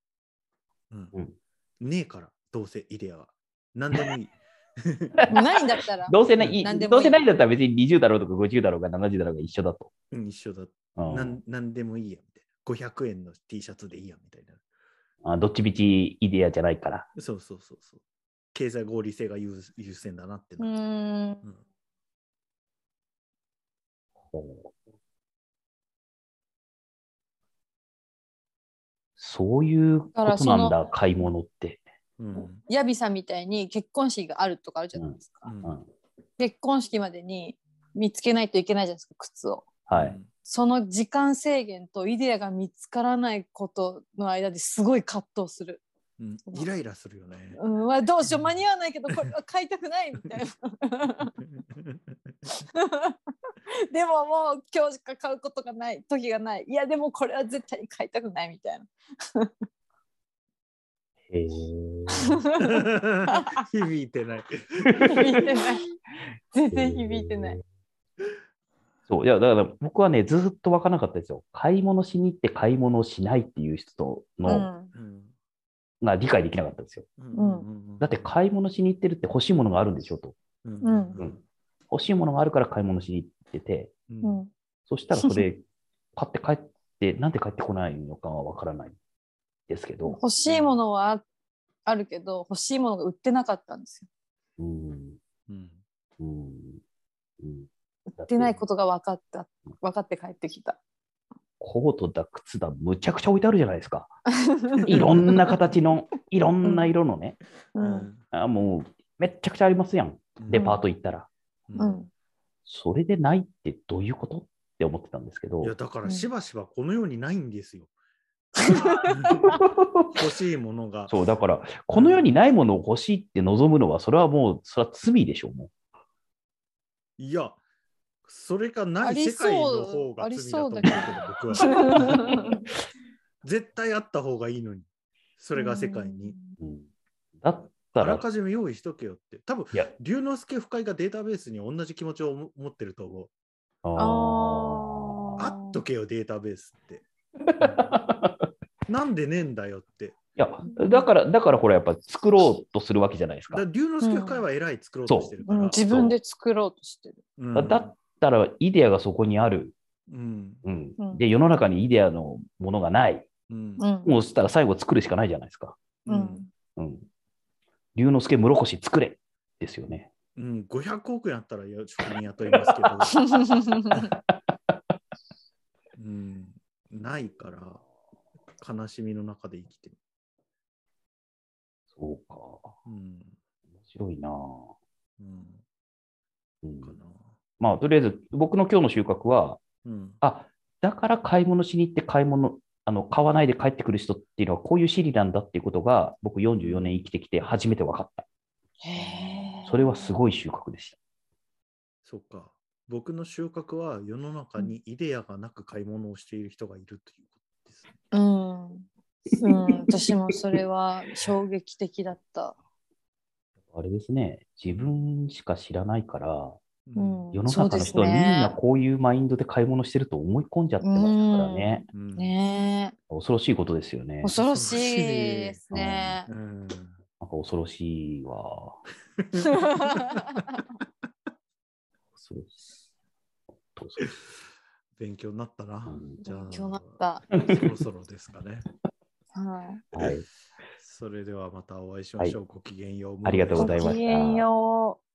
Speaker 2: うん
Speaker 4: うん
Speaker 2: ねえからどうせイデアは。何でもいい。
Speaker 3: ないんだ ったら。
Speaker 4: どうせない、
Speaker 3: 何でもいい
Speaker 4: どうせないんだったら別に20だろうとか50だろうが70だろうが一緒だと。
Speaker 2: うん、一緒だ。
Speaker 4: うん
Speaker 2: なんなんでもいいやみたいな。500円の T シャツでいいやみたいな。
Speaker 4: あどっちみちイデアじゃないから。
Speaker 2: そうそうそうそう。経済合理性が優優先だなって
Speaker 3: う
Speaker 2: なる
Speaker 3: ーん。
Speaker 2: うん
Speaker 4: そういうことな
Speaker 3: だか
Speaker 4: んだ、買い物って。
Speaker 2: うん
Speaker 3: ヤビさんみたいに結婚式があるとかあるじゃないですか。
Speaker 2: うん
Speaker 4: うん、
Speaker 3: 結婚式までに見つけないといけないじゃないですか、靴を。
Speaker 4: はい。
Speaker 3: その時間制限とイデアが見つからないことの間ですごい葛藤する。
Speaker 2: うん、うんイライラするよね。
Speaker 3: うん、まあどうしよう間に合わないけどこれは買いたくない みたいな。でももう今日しか買うことがない時がないいやでもこれは絶対に買いたくないみたいな。
Speaker 4: へえ。
Speaker 2: 響いてない。
Speaker 3: 響いて ない全然響いてない。
Speaker 4: そう、いや、だから僕はね、ずっと分からなかったですよ。買い物しに行って買い物をしないっていう人
Speaker 3: う
Speaker 4: の、
Speaker 3: ん
Speaker 2: うん
Speaker 4: が理解できなかったんですよ。
Speaker 2: う
Speaker 4: だって買い物しに行ってるって欲しいものがあるんでしょと。
Speaker 2: うん
Speaker 4: うん欲しいものがあるから買い物しに行ってて、
Speaker 2: う
Speaker 3: うんん
Speaker 4: そしたらそ れ買って帰って、なんで帰ってこないのかは分からないですけど、
Speaker 3: 欲しいものはああるけど欲しいものが売ってなかったんですよ。
Speaker 4: うん、
Speaker 2: うん
Speaker 4: うん、うん。
Speaker 3: 売ってないことが分かった分かって帰ってきた。
Speaker 4: コートだ、靴だ、むちゃくちゃ置いてあるじゃないですか。いろんな形 の、いろんな色のね、
Speaker 3: うん
Speaker 4: あもうめっちゃくちゃありますやん、デパート行ったら。
Speaker 3: う
Speaker 2: うん
Speaker 3: ん
Speaker 4: それでないってどういうことって思ってたんですけど
Speaker 2: い、やだからしばしばこの世にないんですよ。欲しいものが。
Speaker 4: そう、だから、この世にないものを欲しいって望むのは、それはもう、それは罪でしょう、も
Speaker 2: いや、それがな
Speaker 3: あ
Speaker 2: い
Speaker 3: り
Speaker 2: 世
Speaker 3: そう
Speaker 2: 界の方が罪だと
Speaker 3: あ
Speaker 2: 思うけど
Speaker 3: りそうだ、
Speaker 2: 僕は。 絶対あった方がいいのに、それが世界に。
Speaker 4: う。うん、だっ
Speaker 2: あ
Speaker 4: た
Speaker 2: ら
Speaker 4: ら、
Speaker 2: かじめ用意しとけよって。多分
Speaker 4: いや
Speaker 2: 龍之介深井がデータベースに同じ気持ちを持ってると思う。
Speaker 4: あ
Speaker 3: あ
Speaker 4: ー
Speaker 2: あっとけよ、データベース って。なんでねえんだよって。
Speaker 4: いや、だから、だからほら、やっぱ作ろうとするわけじゃないです
Speaker 2: だ
Speaker 4: か
Speaker 2: から。龍之介深井は偉い作ろうとしてるか
Speaker 3: うん
Speaker 2: ら。
Speaker 3: 自分で作ろうとしてる。
Speaker 2: うん
Speaker 4: だだったら、イデアがそこにある。
Speaker 2: うん
Speaker 4: うん
Speaker 3: うん
Speaker 4: で、世の中にイデアのものがない。
Speaker 2: うん
Speaker 3: うん
Speaker 4: もうそしたら最後作るしかないじゃないですか。
Speaker 3: う
Speaker 2: うんん
Speaker 4: うん。龍之介室越作れですよね。
Speaker 2: うん、500億円あったらいや職人雇いますけど、 うん、ないから悲しみの中で生きてる。
Speaker 4: そうか。面
Speaker 2: うん
Speaker 4: 白いなぁ、
Speaker 2: うん、
Speaker 4: うん
Speaker 2: かな。
Speaker 4: まあ、とりあえず、僕の今日の収穫は、
Speaker 2: うん、
Speaker 4: あ、だから買い物しに行って買い物、あの、買わないで帰ってくる人っていうのはこういう心理なんだっていうことが、僕44年生きてきて初めて分かった。
Speaker 3: へー
Speaker 4: それはすごい収穫でし
Speaker 2: そっか。僕の収穫は世の中にイデアがなく買い物をしている人がいるということですね。
Speaker 3: うん、うん、私もそれは衝撃的だった。
Speaker 4: た。あれですね、自分しか知らないから、
Speaker 3: うん
Speaker 4: 世の中の人は
Speaker 3: そう
Speaker 4: み
Speaker 3: で
Speaker 4: ん
Speaker 3: すね
Speaker 4: なこういうマインドで買い物してると思い込んじゃってますからね。
Speaker 2: うん
Speaker 3: ね
Speaker 4: 恐ろしいことですよね。
Speaker 3: え、
Speaker 4: なんか
Speaker 3: 恐ろしいですね
Speaker 2: う。ん
Speaker 4: 恐ろしいわ。恐ろしい。本当恐ろしい
Speaker 2: 勉強になったな。じゃあ
Speaker 3: 勉強になった。
Speaker 2: そろそろですかね。
Speaker 3: は
Speaker 4: はい、
Speaker 2: それではまたお会いしましょう。ごきげんよう。
Speaker 4: ありが
Speaker 3: い。
Speaker 4: とうございました
Speaker 3: ごきげんよう。